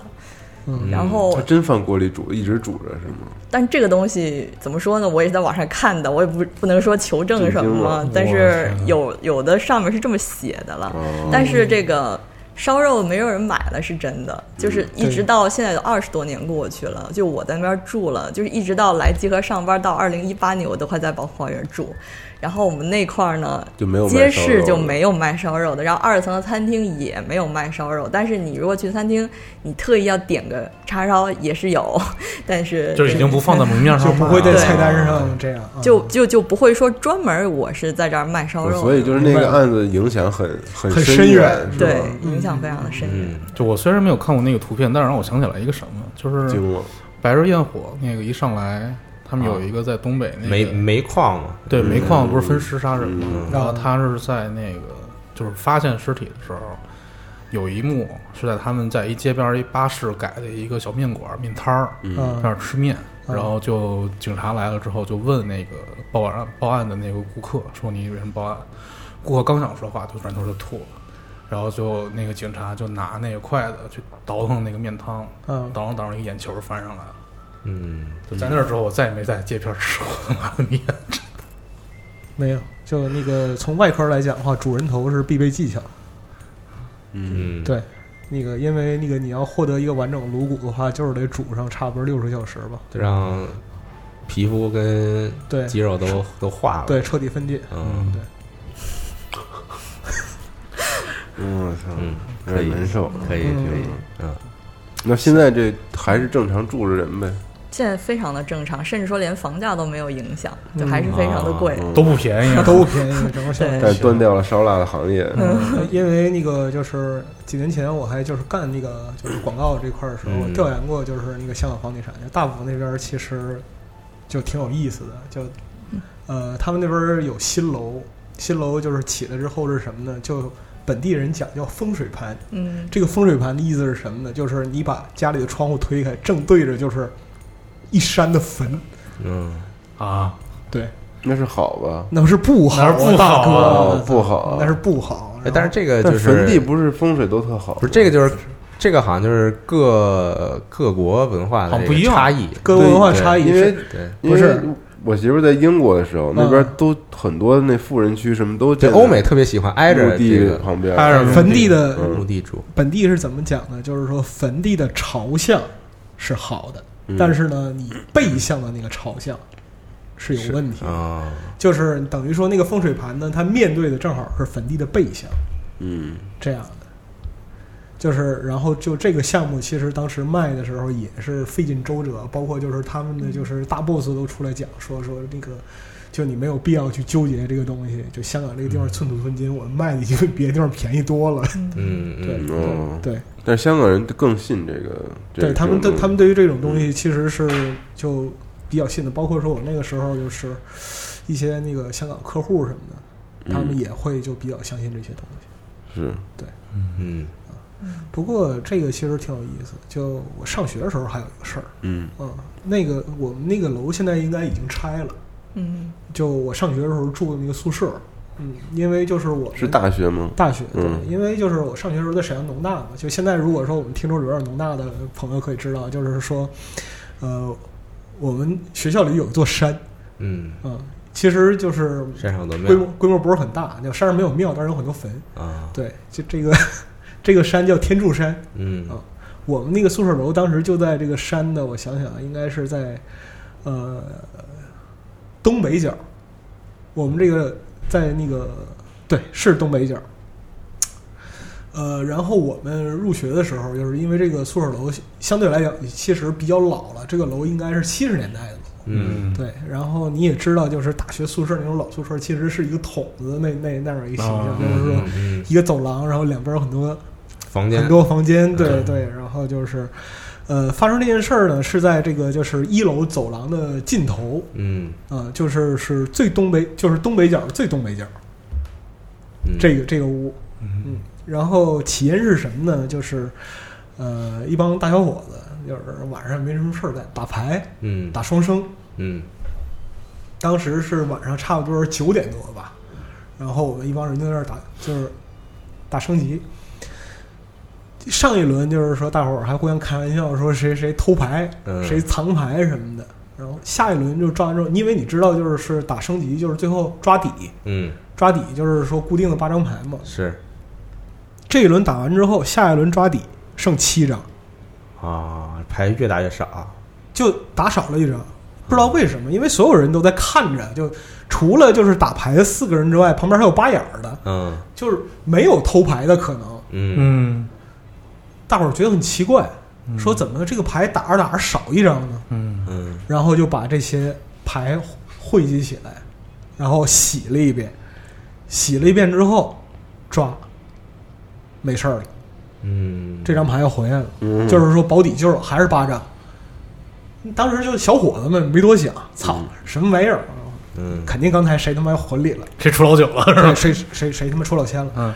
Speaker 2: 嗯
Speaker 5: 然后
Speaker 1: 它，真放锅里煮，一直煮着是吗？
Speaker 5: 但这个东西怎么说呢？我也是在网上看的，我也不不能说求证什
Speaker 1: 震惊
Speaker 5: 么
Speaker 1: 了，
Speaker 5: 但
Speaker 4: 我
Speaker 5: 是
Speaker 4: 天哪啊
Speaker 5: 有有的上面是这么写的了，
Speaker 1: 哦
Speaker 5: 但是这个。烧肉没有人买了是真
Speaker 4: 嗯
Speaker 5: 的，就是一直到现在有二十多年过去了，就我在那边住了，就是一直到来集合上班到二零一八年，我都还在宝华园住。然后我们那块儿呢，
Speaker 1: 就没有卖
Speaker 5: 街
Speaker 1: 烧
Speaker 5: 市
Speaker 1: 肉
Speaker 5: 就
Speaker 1: 了嗯
Speaker 5: 没有卖烧肉的，然后二层的餐厅也没有卖烧肉。但是你如果去餐厅，你特意要点个叉烧也是有，但是
Speaker 4: 就是已经不放在明面上
Speaker 2: 就
Speaker 4: 卖
Speaker 2: 不
Speaker 4: 了，
Speaker 2: 会在
Speaker 5: 对
Speaker 2: 菜单上这样啊
Speaker 5: 就就就不会说专门我是在这儿卖烧肉的，
Speaker 1: 所以就是那个案子影响很很
Speaker 2: 很
Speaker 1: 深
Speaker 2: 深
Speaker 1: 远
Speaker 4: 嗯
Speaker 2: 远，
Speaker 1: 是吧
Speaker 5: 对影响非常的深远。
Speaker 3: 嗯
Speaker 4: 就我虽然没有看过那个图片，但是让我想起来一个什么，就是
Speaker 1: 惊
Speaker 4: 《
Speaker 1: 了，
Speaker 4: 白日焰火》那个一上来，他们有一个在东北那个
Speaker 3: 煤煤矿嘛，
Speaker 4: 对煤矿不是分尸杀人吗？
Speaker 2: 嗯
Speaker 4: 然后他是在那个就是发现尸体的时候，有一幕是在他们在一街边儿一巴士改的一个小面馆儿面摊儿，在那
Speaker 2: 嗯
Speaker 4: 儿吃面，
Speaker 2: 嗯
Speaker 4: 然后就警察来了之后就问那个报案报案的那个顾客说你为什么报案？顾客刚想说话，就转头就吐了，然后就那个警察就拿那个筷子去倒腾那个面汤，
Speaker 2: 嗯，
Speaker 4: 倒腾倒腾一个眼球翻上来了。
Speaker 3: 嗯，
Speaker 4: 就在那儿之后，我再也没在街边儿吃过 他妈的面。
Speaker 2: 没有。就那个从外科来讲的话，主人头是必备技巧。
Speaker 1: 嗯，
Speaker 3: 嗯，
Speaker 2: 对，那个因为那个你要获得一个完整的颅骨的话，就是得煮上差不多六十小时吧。
Speaker 3: 就让皮肤跟
Speaker 2: 对
Speaker 3: 肌肉都都化了，
Speaker 2: 对，，彻底分解。
Speaker 3: 嗯
Speaker 1: 嗯，我操，
Speaker 3: 嗯，
Speaker 1: 有
Speaker 3: 可以
Speaker 1: 点难受。
Speaker 3: 可以
Speaker 2: 嗯
Speaker 3: 可以，嗯，
Speaker 1: 那现在这还是正常住着人呗？
Speaker 5: 现在非常的正常，甚至说连房价都没有影响，就
Speaker 2: 嗯
Speaker 5: 还是非常的贵。
Speaker 1: 嗯
Speaker 4: 都不便宜
Speaker 2: 那
Speaker 4: 啊，
Speaker 2: 都不啊便宜，整个小
Speaker 5: 对
Speaker 1: 但是断掉了烧腊的行业，
Speaker 2: 呃因为那个就是几年前我还就是干那个就是广告这块儿的时候，
Speaker 3: 嗯
Speaker 2: 我调研过就是那个香港房地产，就大埔那边儿其实就挺有意思的，就呃他们那边儿有新楼，新楼就是起来之后是什么呢？就呃本地人讲叫风水盘，
Speaker 5: 嗯
Speaker 2: 这个风水盘的意思是什么呢？就是你把家里的窗户推开，正对着就是一山的坟，
Speaker 3: 嗯，
Speaker 4: 啊，
Speaker 2: 对，
Speaker 1: 那是好吧？
Speaker 2: 那是不好啊，
Speaker 4: 那是不
Speaker 2: 大
Speaker 4: 好啊
Speaker 2: 哥
Speaker 1: 哦，不好啊
Speaker 2: 那是不好。
Speaker 3: 哎但是这个
Speaker 1: 但
Speaker 3: 就是
Speaker 1: 坟地不是风水都特好吗？
Speaker 3: 不是这个就是这个好像就是各各国文化的
Speaker 4: 好像
Speaker 3: 这
Speaker 4: 不
Speaker 3: 个
Speaker 4: 一样
Speaker 3: 差异，
Speaker 2: 跟文化
Speaker 3: 对
Speaker 2: 差异
Speaker 1: 因
Speaker 2: 是
Speaker 1: 为
Speaker 3: 对。
Speaker 2: 不是嗯
Speaker 1: 因为我媳妇儿在英国的时候，那边都很多那富人区什么都
Speaker 3: 对
Speaker 1: 建在
Speaker 3: 欧美特别喜欢挨着
Speaker 1: 墓
Speaker 3: 这
Speaker 1: 地
Speaker 3: 个
Speaker 1: 旁边，
Speaker 4: 挨着
Speaker 2: 坟地的
Speaker 1: 嗯
Speaker 3: 墓地住，
Speaker 2: 本地是怎么讲呢？就是说坟地的朝向是好的，
Speaker 3: 嗯
Speaker 2: 但是呢，你背向的那个朝向是有问题的，
Speaker 3: 啊，
Speaker 2: 就是等于说那个风水盘呢，它面对的正好是坟地的背向，
Speaker 1: 嗯，
Speaker 2: 这样的。就是，然后就这个项目，其实当时卖的时候也是费尽周折，包括就是他们的就是大 boss 都出来讲说说那个，就你没有必要去纠结这个东西，就香港这个地方寸土寸金，我们卖的已经比别的地方便宜多了，
Speaker 3: 嗯
Speaker 2: 对
Speaker 3: 嗯，
Speaker 1: 哦，
Speaker 2: 对。
Speaker 1: 但是香港人更信这个，这
Speaker 2: 对
Speaker 1: 个
Speaker 2: 他们
Speaker 1: 这
Speaker 2: 对
Speaker 1: 种
Speaker 2: 他们对于这种东西其实是就比较信的，包括说我那个时候就是一些那个香港客户什么的，他
Speaker 1: 嗯
Speaker 2: 们也会就比较相信这些东西。
Speaker 1: 是
Speaker 3: 嗯
Speaker 2: 不过这个其实挺有意思，就我上学的时候还有一个事儿，
Speaker 1: 嗯
Speaker 2: 嗯，那个我们那个楼现在应该已经拆了，
Speaker 5: 嗯
Speaker 2: 就我上学的时候住的那个宿舍，嗯，因为就是我们
Speaker 1: 是大学吗？
Speaker 2: 大学，对，
Speaker 1: 嗯
Speaker 2: 因为就是我上学时候在沈阳农大嘛，就现在如果说我们听众里边有农大的朋友可以知道，就是说，呃，我们学校里有一座山，
Speaker 3: 嗯，
Speaker 2: 嗯，其实就是
Speaker 3: 山上有
Speaker 2: 规模
Speaker 3: 庙
Speaker 2: 规模不是很大，那山上没有庙，但是有很多坟，
Speaker 3: 啊，
Speaker 2: 对，就这个 这个山叫天柱山，
Speaker 3: 嗯
Speaker 2: 啊我们那个宿舍楼当时就在这个山的，我想想应该是在呃东北角，我们这个在那个对是东北角。呃，然后我们入学的时候，就是因为这个宿舍楼相对来讲其实比较老了，这个楼应该是七十年代的楼。
Speaker 3: 嗯，
Speaker 2: 对，然后你也知道，就是大学宿舍那种老宿舍，其实是一个筒子那那那样一个形象，
Speaker 4: 啊
Speaker 2: 就是说
Speaker 3: 嗯，
Speaker 2: 一个走廊，然后两边有很多
Speaker 3: 房间
Speaker 2: 很多房间，对
Speaker 3: 嗯
Speaker 2: 对，然后就是，呃，发生这件事儿呢，是在这个就是一楼走廊的尽头，
Speaker 3: 嗯，
Speaker 2: 啊、就是是最东北，就是东北角最东北角
Speaker 3: 嗯
Speaker 2: 这个这个屋，嗯，然后起因是什么呢？就是，呃，一帮大小伙子，就是晚上没什么事儿干，打牌、
Speaker 3: 嗯
Speaker 2: 打双生，
Speaker 3: 嗯
Speaker 2: 当时是晚上差不多九点多吧，然后我们一帮人就在那儿打，就是打升级。上一轮就是说，大伙儿还互相开玩笑说谁谁偷牌，
Speaker 3: 嗯
Speaker 2: 谁藏牌什么的。然后下一轮就抓完之后，因为你知道，就是是打升级，就是最后抓底，
Speaker 3: 嗯
Speaker 2: 抓底就是说固定的八张牌嘛。
Speaker 3: 是
Speaker 2: 这一轮打完之后，下一轮抓底剩七张，
Speaker 3: 啊，牌越打越少，
Speaker 2: 就打少了一张，不知道为什么，因为所有人都在看着，就除了就是打牌的四个人之外，旁边还有扒眼儿的，
Speaker 3: 嗯
Speaker 2: 就是没有偷牌的可能。
Speaker 3: 嗯
Speaker 4: 嗯
Speaker 2: 大伙儿觉得很奇怪，说怎么这个牌打着打着少一张呢？
Speaker 4: 嗯
Speaker 3: 嗯
Speaker 2: 然后就把这些牌汇集起来，然后洗了一遍，洗了一遍之后抓，没事儿了，
Speaker 3: 嗯，
Speaker 2: 这张牌又回来了，
Speaker 1: 嗯
Speaker 2: 就是说保底就是还是八张。当时就小伙子们没多想，操，什么玩意儿？
Speaker 3: 嗯，
Speaker 2: 肯定刚才谁他妈混里了，
Speaker 4: 谁出老九了 是吧？
Speaker 2: 对谁谁谁他妈出老千了？
Speaker 4: 嗯，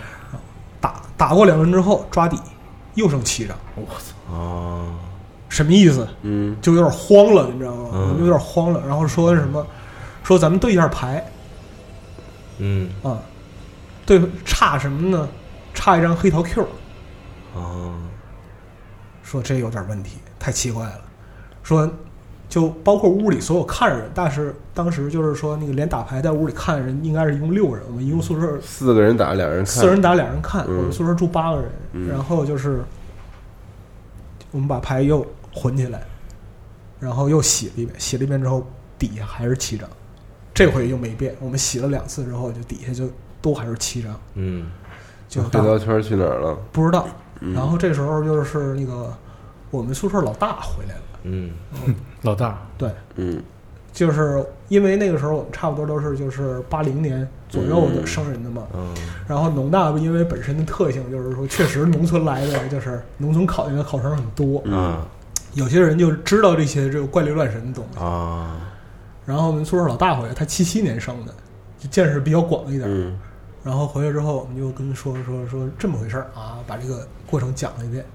Speaker 2: 打打过两轮之后抓底，又剩七张，
Speaker 4: 我操，
Speaker 3: 哦，
Speaker 2: 什么意思？
Speaker 1: 嗯
Speaker 2: 就有点慌了，你知道吗？
Speaker 3: 嗯
Speaker 2: 我们有点慌了，然后说什么？说咱们对一下牌
Speaker 3: 嗯，
Speaker 2: 啊，对，差什么呢？差一张黑桃 Q，
Speaker 3: 哦，
Speaker 2: 说这有点问题，太奇怪了。说就包括屋里所有看着人，但是当时就是说那个连打牌在屋里看的人应该是一共六人，我们一共宿舍
Speaker 1: 四个人打，两人看，
Speaker 2: 四人打俩人看，
Speaker 1: 嗯
Speaker 2: 我们宿舍住八个人，
Speaker 1: 嗯
Speaker 2: 然后就是我们把牌又混起来，然后又洗了一遍，洗了一遍之后底下还是七张，这回又没变，我们洗了两次之后就底下就都还是七张，
Speaker 3: 嗯，
Speaker 2: 就
Speaker 1: 黑
Speaker 2: 大
Speaker 1: 桃圈去哪儿了？
Speaker 2: 不知道。
Speaker 1: 啊嗯
Speaker 2: 然后这时候就是那个我们宿舍老大回来了，
Speaker 3: 嗯，
Speaker 4: 老大，
Speaker 2: 对，
Speaker 1: 嗯
Speaker 2: 就是因为那个时候我们差不多都是就是八零年左右的
Speaker 1: 嗯
Speaker 2: 生人的嘛，
Speaker 3: 嗯，
Speaker 2: 然后农大因为本身的特性，就是说确实农村来的，就是农村考研的考生很多，
Speaker 1: 嗯
Speaker 3: 啊，
Speaker 2: 有些人就知道这些这个怪力乱神的东西。
Speaker 3: 啊，
Speaker 2: 然后我们宿舍老大回来，他七七年生的，就见识比较广一点。
Speaker 1: 嗯
Speaker 2: 然后回来之后，我们就跟他说说说这么回事儿啊，把这个过程讲了一遍。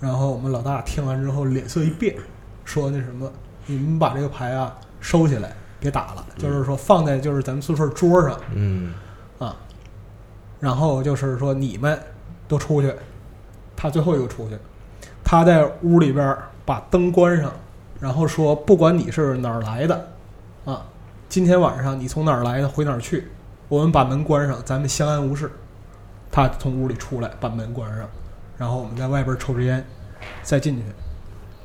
Speaker 2: 然后我们老大听完之后脸色一变，说那什么，你们把这个牌啊收起来，别打了，就是说放在就是咱们宿舍桌上，
Speaker 3: 嗯，
Speaker 2: 啊，然后就是说你们都出去，他最后一个出去，他在屋里边儿把灯关上，然后说不管你是哪儿来的，啊，今天晚上你从哪儿来的回哪儿去，我们把门关上，咱们相安无事。他从屋里出来，把门关上，然后我们在外边抽支烟，再进去。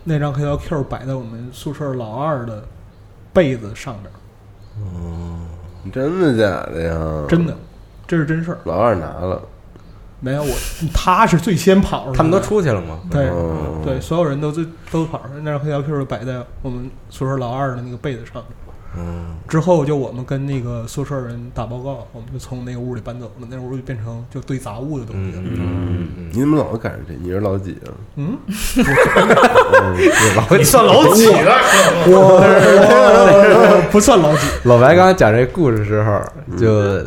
Speaker 2: 那张黑桃 Q 摆在我们宿舍老二的被子上边儿，
Speaker 1: 真的假的呀？
Speaker 2: 真的，这是真事儿。
Speaker 1: 老二拿了，
Speaker 2: 没有我，他是最先跑出去的。
Speaker 3: 他们都出去了吗？
Speaker 2: 对、
Speaker 1: 哦
Speaker 2: 对，所有人都最都跑出去，那黑条 Q 就摆在我们宿舍老二的那个被子上。
Speaker 3: 嗯，
Speaker 2: 之后就我们跟那个宿舍人打报告，我们就从那个屋里搬走了，那屋就变成就堆杂物的东西。
Speaker 3: 嗯嗯嗯
Speaker 1: 你怎么老赶上这？你是老几啊？
Speaker 2: 嗯，
Speaker 4: 你算老几了？
Speaker 2: 我我 不算老几，
Speaker 3: 老白刚刚讲这故事的时候，就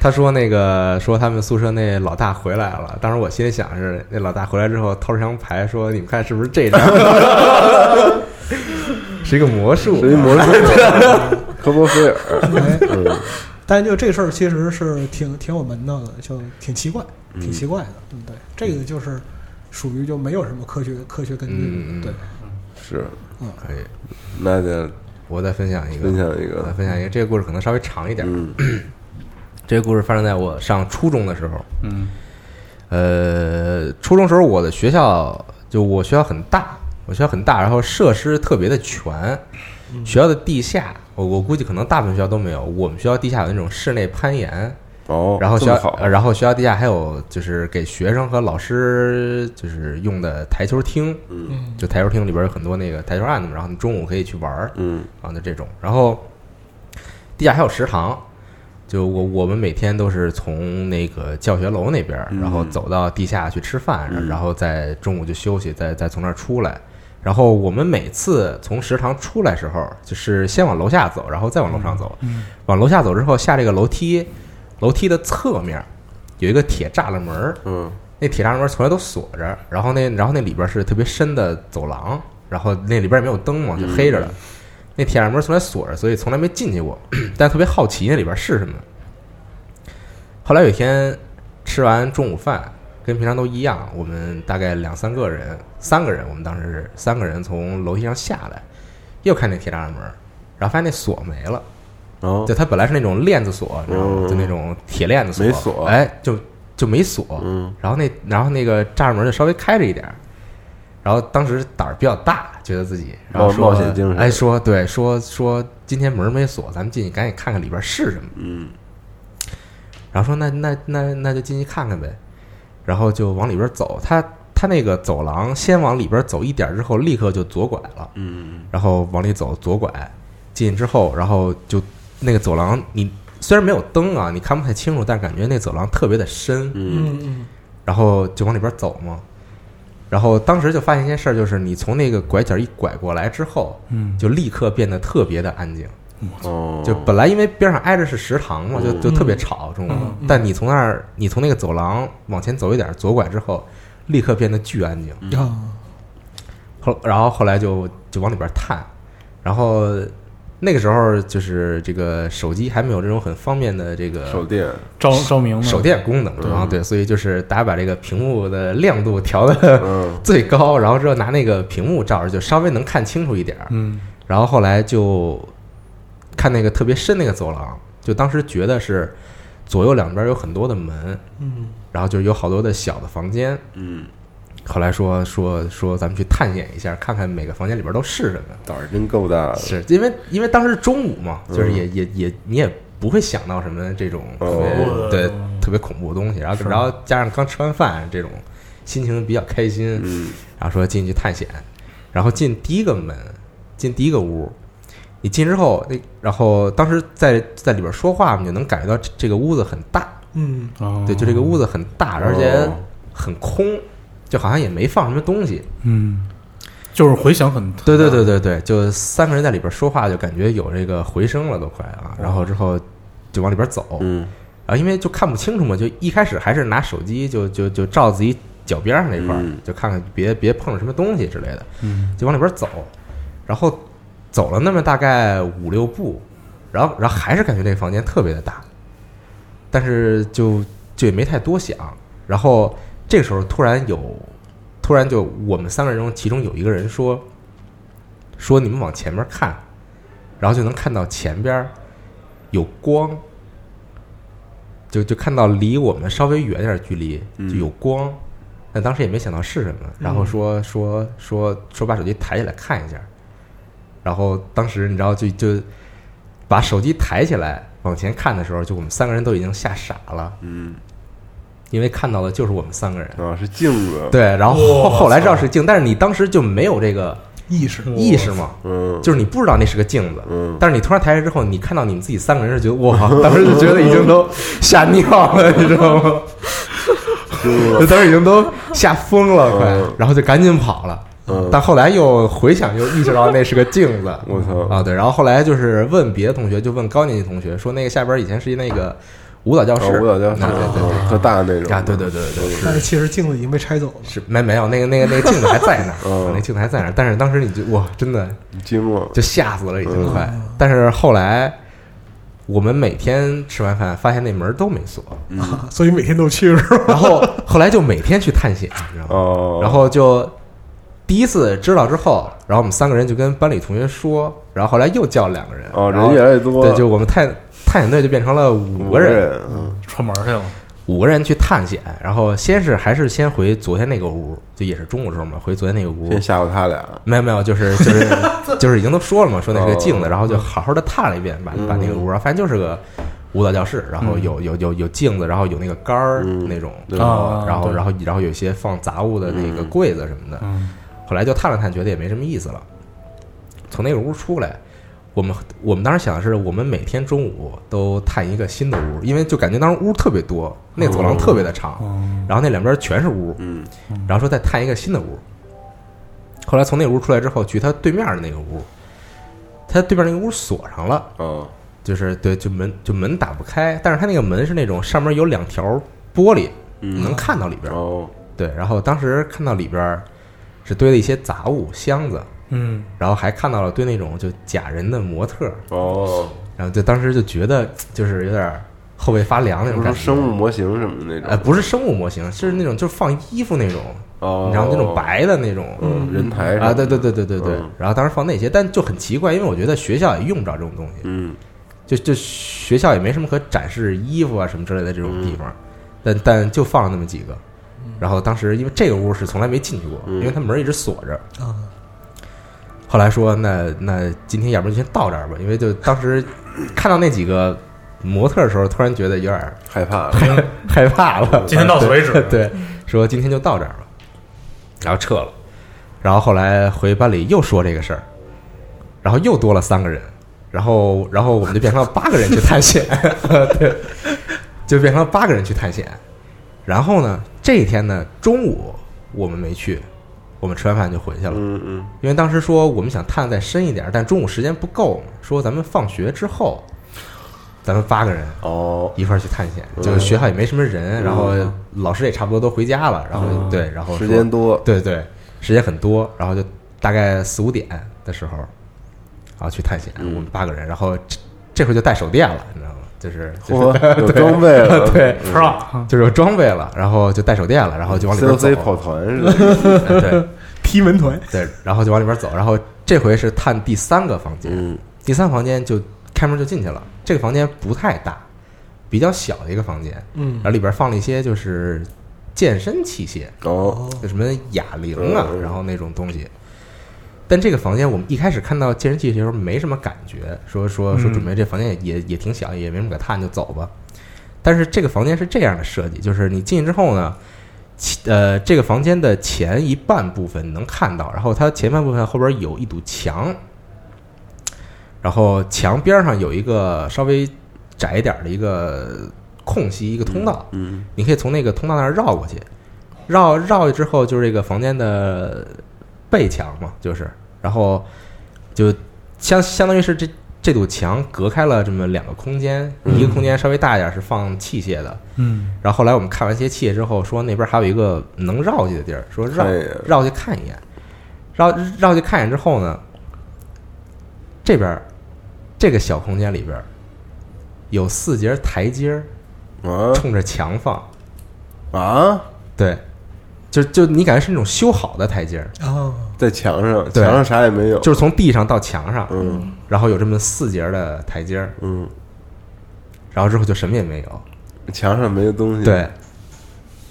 Speaker 3: 他说那个说他们宿舍那老大回来了，当时我心里想是那老大回来之后掏出张牌说你们看是不是这张， 是一个魔术，
Speaker 1: 谁魔术？科波菲尔。
Speaker 2: 哎，
Speaker 1: 嗯
Speaker 2: 但就这事儿其实是挺挺有门道的，就挺奇怪，挺奇怪的，嗯，对，这个就是属于就没有什么科学科学根据，
Speaker 3: 嗯嗯嗯
Speaker 2: 对，
Speaker 1: 是，
Speaker 3: 可以，
Speaker 1: 那得
Speaker 3: 哎我再分享一个，
Speaker 1: 分享一
Speaker 3: 我再
Speaker 1: 个。
Speaker 3: 分享一个，这个故事可能稍微长一点，
Speaker 1: 嗯
Speaker 3: 这个故事发生在我上初中的时候，
Speaker 4: 嗯
Speaker 3: 呃，初中时候我的学校就我学校很大，我学校很大，然后设施特别的全，
Speaker 1: 嗯
Speaker 3: 学校的地下，我我估计可能大部分学校都没有，我们学校地下有那种室内攀岩，
Speaker 1: 哦，
Speaker 3: 然后学
Speaker 1: 这么
Speaker 3: 校
Speaker 1: 好，
Speaker 3: 呃然后学校地下还有就是给学生和老师就是用的台球厅，
Speaker 1: 嗯
Speaker 2: 嗯
Speaker 3: 就台球厅里边有很多那个台球案子，然后你中午可以去玩儿
Speaker 1: 嗯
Speaker 3: 啊，就这种，然后地下还有食堂。就我我们每天都是从那个教学楼那边儿，
Speaker 1: 嗯
Speaker 3: 然后走到地下去吃饭，
Speaker 1: 嗯
Speaker 3: 然后再中午就休息，再再从那儿出来。然后我们每次从食堂出来时候，就是先往楼下走，然后再往楼上走。
Speaker 4: 嗯
Speaker 3: 往楼下走之后，下这个楼梯，楼梯的侧面有一个铁栅栏门儿，
Speaker 1: 嗯
Speaker 3: 那铁栅栏门儿从来都锁着，然后那然后那里边儿是特别深的走廊，然后那里边儿也没有灯嘛，就黑
Speaker 1: 嗯
Speaker 3: 着的。那铁栅栏门儿从来锁着，所以从来没进去过， 但特别好奇那里边儿是什么。后来有一天吃完中午饭，跟平常都一样，我们大概两三个人，三个人，我们当时是三个人从楼梯上下来，又看那铁栅栏门儿，然后发现那锁没了。
Speaker 1: 然后
Speaker 3: 就它本来是那种链子锁，你知道吗？
Speaker 1: 嗯
Speaker 3: 就那种铁链子锁，
Speaker 1: 没锁
Speaker 3: 哎，就就没锁。
Speaker 1: 嗯
Speaker 3: 然后那然后那个栅栏门就稍微开着一点儿，然后当时胆儿比较大，觉得自己然后说
Speaker 1: 冒冒险精神
Speaker 3: 哎，说对，说说今天门没锁，咱们进去赶紧看看里边是什么。
Speaker 1: 嗯
Speaker 3: 然后说那那那那就进去看看呗，然后就往里边走。他他那个走廊先往里边走一点儿之后，立刻就左拐了。
Speaker 1: 嗯
Speaker 3: 然后往里走，左拐进之后，然后就那个走廊，你虽然没有灯啊，你看不太清楚，但是感觉那走廊特别的深，
Speaker 1: 嗯
Speaker 2: 嗯嗯
Speaker 3: 然后就往里边走嘛。然后当时就发现一件事儿，就是你从那个拐角一拐过来之后，
Speaker 4: 嗯，
Speaker 3: 就立刻变得特别的安静。
Speaker 1: 哦，
Speaker 3: 就本来因为边上挨着是食堂嘛，就就特别吵中午
Speaker 4: 嗯
Speaker 2: 嗯。
Speaker 3: 但你从那儿，你从那个走廊往前走一点，左拐之后，立刻变得巨安静。
Speaker 2: 啊，
Speaker 3: 后然后后来就就往里边探，然后那个时候就是这个手机还没有这种很方便的这个
Speaker 1: 手 电，
Speaker 4: 照照明呢
Speaker 3: 手电功能，
Speaker 1: 对
Speaker 3: 然后对，所以就是大家把这个屏幕的亮度调的
Speaker 1: 嗯，
Speaker 3: 最高，然后之后拿那个屏幕照着，就稍微能看清楚一点儿。
Speaker 4: 嗯
Speaker 3: 然后后来就看那个特别深那个走廊，就当时觉得是左右两边有很多的门，
Speaker 2: 嗯
Speaker 3: 然后就有好多的小的房间。
Speaker 1: 嗯，
Speaker 3: 后来说说说咱们去探险一下， 看看每个房间里边都是什么。
Speaker 1: 胆儿真够大的，
Speaker 3: 是因为因为当时中午嘛，就是
Speaker 1: 嗯
Speaker 3: 也、也也你也不会想到什么这种特别、
Speaker 4: 哦
Speaker 3: 对特别恐怖的东西，然后
Speaker 4: 是
Speaker 3: 然后加上刚吃完饭这种心情比较开心，
Speaker 1: 嗯，
Speaker 3: 然后说进去探险，然后进第一个门，进第一个屋，你进之后那然后当时在在里边说话嘛，你就能感觉到这这个屋子很大，
Speaker 2: 嗯
Speaker 4: 哦
Speaker 3: 对，就这个屋子很大，而且
Speaker 1: 哦
Speaker 3: 很空，就好像也没放什么东西，
Speaker 4: 嗯，就是回响很
Speaker 3: 对对对对对，就三个人在里边说话，就感觉有这个回声了，都快啊。然后之后就往里边走，
Speaker 1: 嗯，
Speaker 3: 然后啊因为就看不清楚嘛，就一开始还是拿手机就就就照自己脚边上那块儿
Speaker 1: 嗯，
Speaker 3: 就看看别别碰着什么东西之类的，
Speaker 4: 嗯
Speaker 3: 就往里边走。然后走了那么大概五六步，然后然后还是感觉这个房间特别的大，但是就就也没太多想。然后这个时候突然有，突然就我们三个人中其中有一个人说，说你们往前面看，然后就能看到前边儿有光，就就看到离我们稍微远点儿距离
Speaker 1: 嗯
Speaker 3: 就有光。但当时也没想到是什么，然后说说说说把手机抬起来看一下，然后当时你知道就就把手机抬起来往前看的时候，就我们三个人都已经吓傻了，
Speaker 1: 嗯，
Speaker 3: 因为看到的就是我们三个人。
Speaker 1: 啊，是镜子，
Speaker 3: 对，然后后后来知道是镜，但是你当时就没有这个
Speaker 2: 意识
Speaker 3: 意识嘛，
Speaker 1: 嗯，
Speaker 3: 就是你不知道那是个镜子。
Speaker 1: 嗯，
Speaker 3: 但是你突然抬起来之后，你看到你们自己三个人是觉得我靠，当时就觉得已经都吓尿了，你知道吗？
Speaker 1: 嗯
Speaker 3: 就当时已经都吓疯了，快
Speaker 1: 嗯，
Speaker 3: 然后就赶紧跑了。
Speaker 1: 嗯。
Speaker 3: 但后来又回想，又意识到那是个镜子
Speaker 1: 我操，
Speaker 3: 啊，对，然后后来就是问别的同学，就问高年级同学说，那个下边以前是一那个舞蹈教
Speaker 1: 啊
Speaker 3: 室，
Speaker 1: 舞蹈教室
Speaker 3: 啊对对
Speaker 1: 嗯特大那
Speaker 3: 对，
Speaker 1: 种，嗯
Speaker 3: 啊，对对对对对，
Speaker 2: 但是其实镜子已经被拆走了。
Speaker 3: 是没没有那个那个那个镜子还在那儿，
Speaker 1: 嗯
Speaker 3: 啊那镜子还在那儿，但是当时你就哇，真的
Speaker 1: 惊了，
Speaker 3: 就吓死了，已经
Speaker 1: 嗯
Speaker 3: 快。但是后来我们每天吃完饭，发现那门都没锁，
Speaker 2: 啊 所以每天都去是吧？
Speaker 3: 然后后来就每天去探险，你知道吗？
Speaker 1: 哦，
Speaker 3: 然后就第一次知道之后，然后我们三个人就跟班里同学说，然后后来又叫两个人，
Speaker 1: 哦，
Speaker 3: 然后
Speaker 1: 人越来越多，
Speaker 3: 对，就我们探探险队就变成了五
Speaker 1: 五
Speaker 3: 个
Speaker 1: 个
Speaker 3: 人，
Speaker 1: 人，嗯
Speaker 4: 串门去了，
Speaker 3: 五个人去探险，然后先是还是先回昨天那个屋，就也是中午的时候嘛，回昨天那个屋
Speaker 1: 先。吓唬他俩，
Speaker 3: 没有没有， 就是就是就是已经都说了嘛，说那是个镜子，
Speaker 1: 哦
Speaker 3: 然后就好好的探了一遍，把把那个屋，然后发现就是个舞蹈教室，然后有有有有镜子，然后有那个杆儿
Speaker 1: 嗯
Speaker 3: 那种，
Speaker 1: 对
Speaker 3: 然后
Speaker 4: 啊
Speaker 3: 然后
Speaker 4: 对
Speaker 3: 然后然后有些放杂物的那个
Speaker 1: 嗯
Speaker 3: 柜子什么的，
Speaker 4: 嗯
Speaker 3: 后来就探了探，觉得也没什么意思了。从那个屋出来，我们我们当时想的是，我们每天中午都探一个新的屋，因为就感觉当时屋特别多，那走
Speaker 1: 哦
Speaker 3: 廊特别的长，
Speaker 4: 嗯
Speaker 3: 然后那两边全是屋，
Speaker 1: 嗯，
Speaker 3: 然后说再探一个新的屋。后来从那屋出来之后，去他对面的那个屋，他对面那个屋锁上了，
Speaker 1: 哦，
Speaker 3: 就是对，就门就门打不开，但是他那个门是那种上面有两条玻璃，
Speaker 1: 嗯，
Speaker 3: 能看到里边儿。
Speaker 1: 哦，
Speaker 3: 对，然后当时看到里边儿是堆了一些杂物箱子，
Speaker 4: 嗯
Speaker 3: 然后还看到了对那种就假人的模特儿，
Speaker 1: 哦，
Speaker 3: 然后就当时就觉得就是有点儿后背发凉那
Speaker 1: 不
Speaker 3: 种
Speaker 1: 是说
Speaker 3: 感觉。
Speaker 1: 生物模型什么的那
Speaker 3: 呃，
Speaker 1: 种，
Speaker 3: 不是生物模型，是那种就是放衣服那种，
Speaker 1: 哦，
Speaker 3: 你知道吗那种，白的那种
Speaker 1: 嗯，人台
Speaker 3: 啊，
Speaker 1: 上
Speaker 3: 对对，对对对对
Speaker 1: 嗯。
Speaker 3: 然后当时放那些，但就很奇怪，因为我觉得学校也用不着这种东西，
Speaker 1: 嗯，
Speaker 3: 就就学校也没什么可展示衣服啊什么之类的这种
Speaker 1: 嗯
Speaker 3: 地方，但但就放了那么几个。然后当时因为这个屋是从来没进去过，
Speaker 1: 嗯
Speaker 3: 因为它门一直锁着，
Speaker 2: 啊，
Speaker 3: 后来说，那那今天要不然就先到这儿吧，因为就当时看到那几个模特的时候，突然觉得有点儿
Speaker 1: 害怕了，
Speaker 3: 害怕了。
Speaker 4: 今天到此为止
Speaker 3: 对，说今天就到这儿吧，然后撤了。然后后来回班里又说这个事儿，然后又多了三个人，然后然后我们就变成了八个人去探险， 对，就变成了八个人去探险。然后呢，这一天呢，中午我们没去，我们吃完饭就回去了。
Speaker 1: 嗯嗯，
Speaker 3: 因为当时说我们想探再深一点，但中午时间不够，说咱们放学之后，咱们八个人
Speaker 1: 哦，
Speaker 3: 一块儿去探险。
Speaker 1: 嗯
Speaker 3: 就是学校也没什么人，然后老师也差不多都回家了，然后
Speaker 2: 嗯
Speaker 3: 对，然后
Speaker 1: 时
Speaker 3: 说
Speaker 1: 间 多，
Speaker 3: 对对，时间很多，然后就大概四五点的时候，然后去探险，
Speaker 1: 嗯
Speaker 3: 我们八个人，然后这这回就带手电了，你知道吗？就是就是
Speaker 1: 嚯，有装备了，
Speaker 3: 对
Speaker 1: 嗯
Speaker 4: Pro
Speaker 3: 就是有装备了，然后就带手电了，然后就往里边走，
Speaker 1: ，COC 跑团似的，
Speaker 3: 哎对
Speaker 2: 踢门团，
Speaker 3: 对，然后就往里边走，然后这回是探第三个房间，
Speaker 1: 嗯
Speaker 3: 第三房间就开门就进去了。这个房间不太大，比较小的一个房间，
Speaker 2: 嗯
Speaker 3: 然后里边放了一些就是健身器械，
Speaker 1: 哦，
Speaker 3: 就什么哑铃啊，
Speaker 1: 嗯
Speaker 3: 然后那种东西。但这个房间我们一开始看到健身器械的时候没什么感觉，说说说
Speaker 4: 嗯
Speaker 3: 准备这房间也也也挺小，也没什么可探，就走吧。但是这个房间是这样的设计，就是你进去之后呢，其呃，这个房间的前一半部分能看到，然后它前半部分后边有一堵墙，然后墙边上有一个稍微窄一点的一个空隙，一个通道，
Speaker 1: 嗯
Speaker 3: 你可以从那个通道那儿绕过去，绕绕去之后就是这个房间的背墙嘛，就是，然后就相相当于是这这堵墙隔开了这么两个空间，一个空间稍微大一点是放器械的，
Speaker 4: 嗯，
Speaker 3: 然后后来我们看完器械之后，说那边还有一个能绕去的地儿，说绕
Speaker 1: 看一眼
Speaker 3: 绕去看一眼，绕绕去看一眼之后呢，这边儿这个小空间里边儿有四节台阶儿
Speaker 1: 啊
Speaker 3: 冲着墙放。
Speaker 1: 啊，
Speaker 3: 对，就就你感觉是那种修好的台阶儿，
Speaker 2: 哦，
Speaker 1: 在墙上，
Speaker 3: 对
Speaker 1: 墙上啥也没有，
Speaker 3: 就是从地上到墙上，
Speaker 1: 嗯
Speaker 3: 然后有这么四节儿的台阶儿，
Speaker 1: 嗯，
Speaker 3: 然后之后就什么也没有，
Speaker 1: 墙上没有东西，
Speaker 3: 对，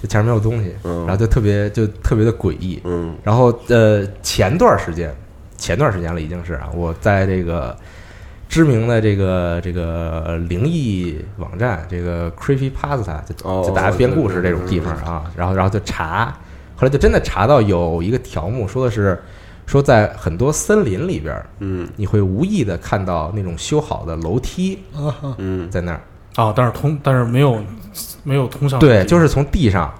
Speaker 3: 就墙上没有东西，
Speaker 1: 嗯
Speaker 3: 然后就特别就特别的诡异。
Speaker 1: 嗯
Speaker 3: 然后呃，前段时间，前段时间了已经是啊，我在这个。知名的这个这个呃灵异网站，这个 Creepy Pasta 就
Speaker 1: 哦
Speaker 3: 就大家编故事这种地方啊，然后然后就查，后来就真的查到有一个条目说的是，说在很多森林里边儿，
Speaker 1: 嗯
Speaker 3: 你会无意的看到那种修好的楼梯
Speaker 2: 啊，
Speaker 1: 嗯，
Speaker 3: 在那儿，
Speaker 4: 啊，但是通但是没有没有通向
Speaker 3: 对，就是从地上，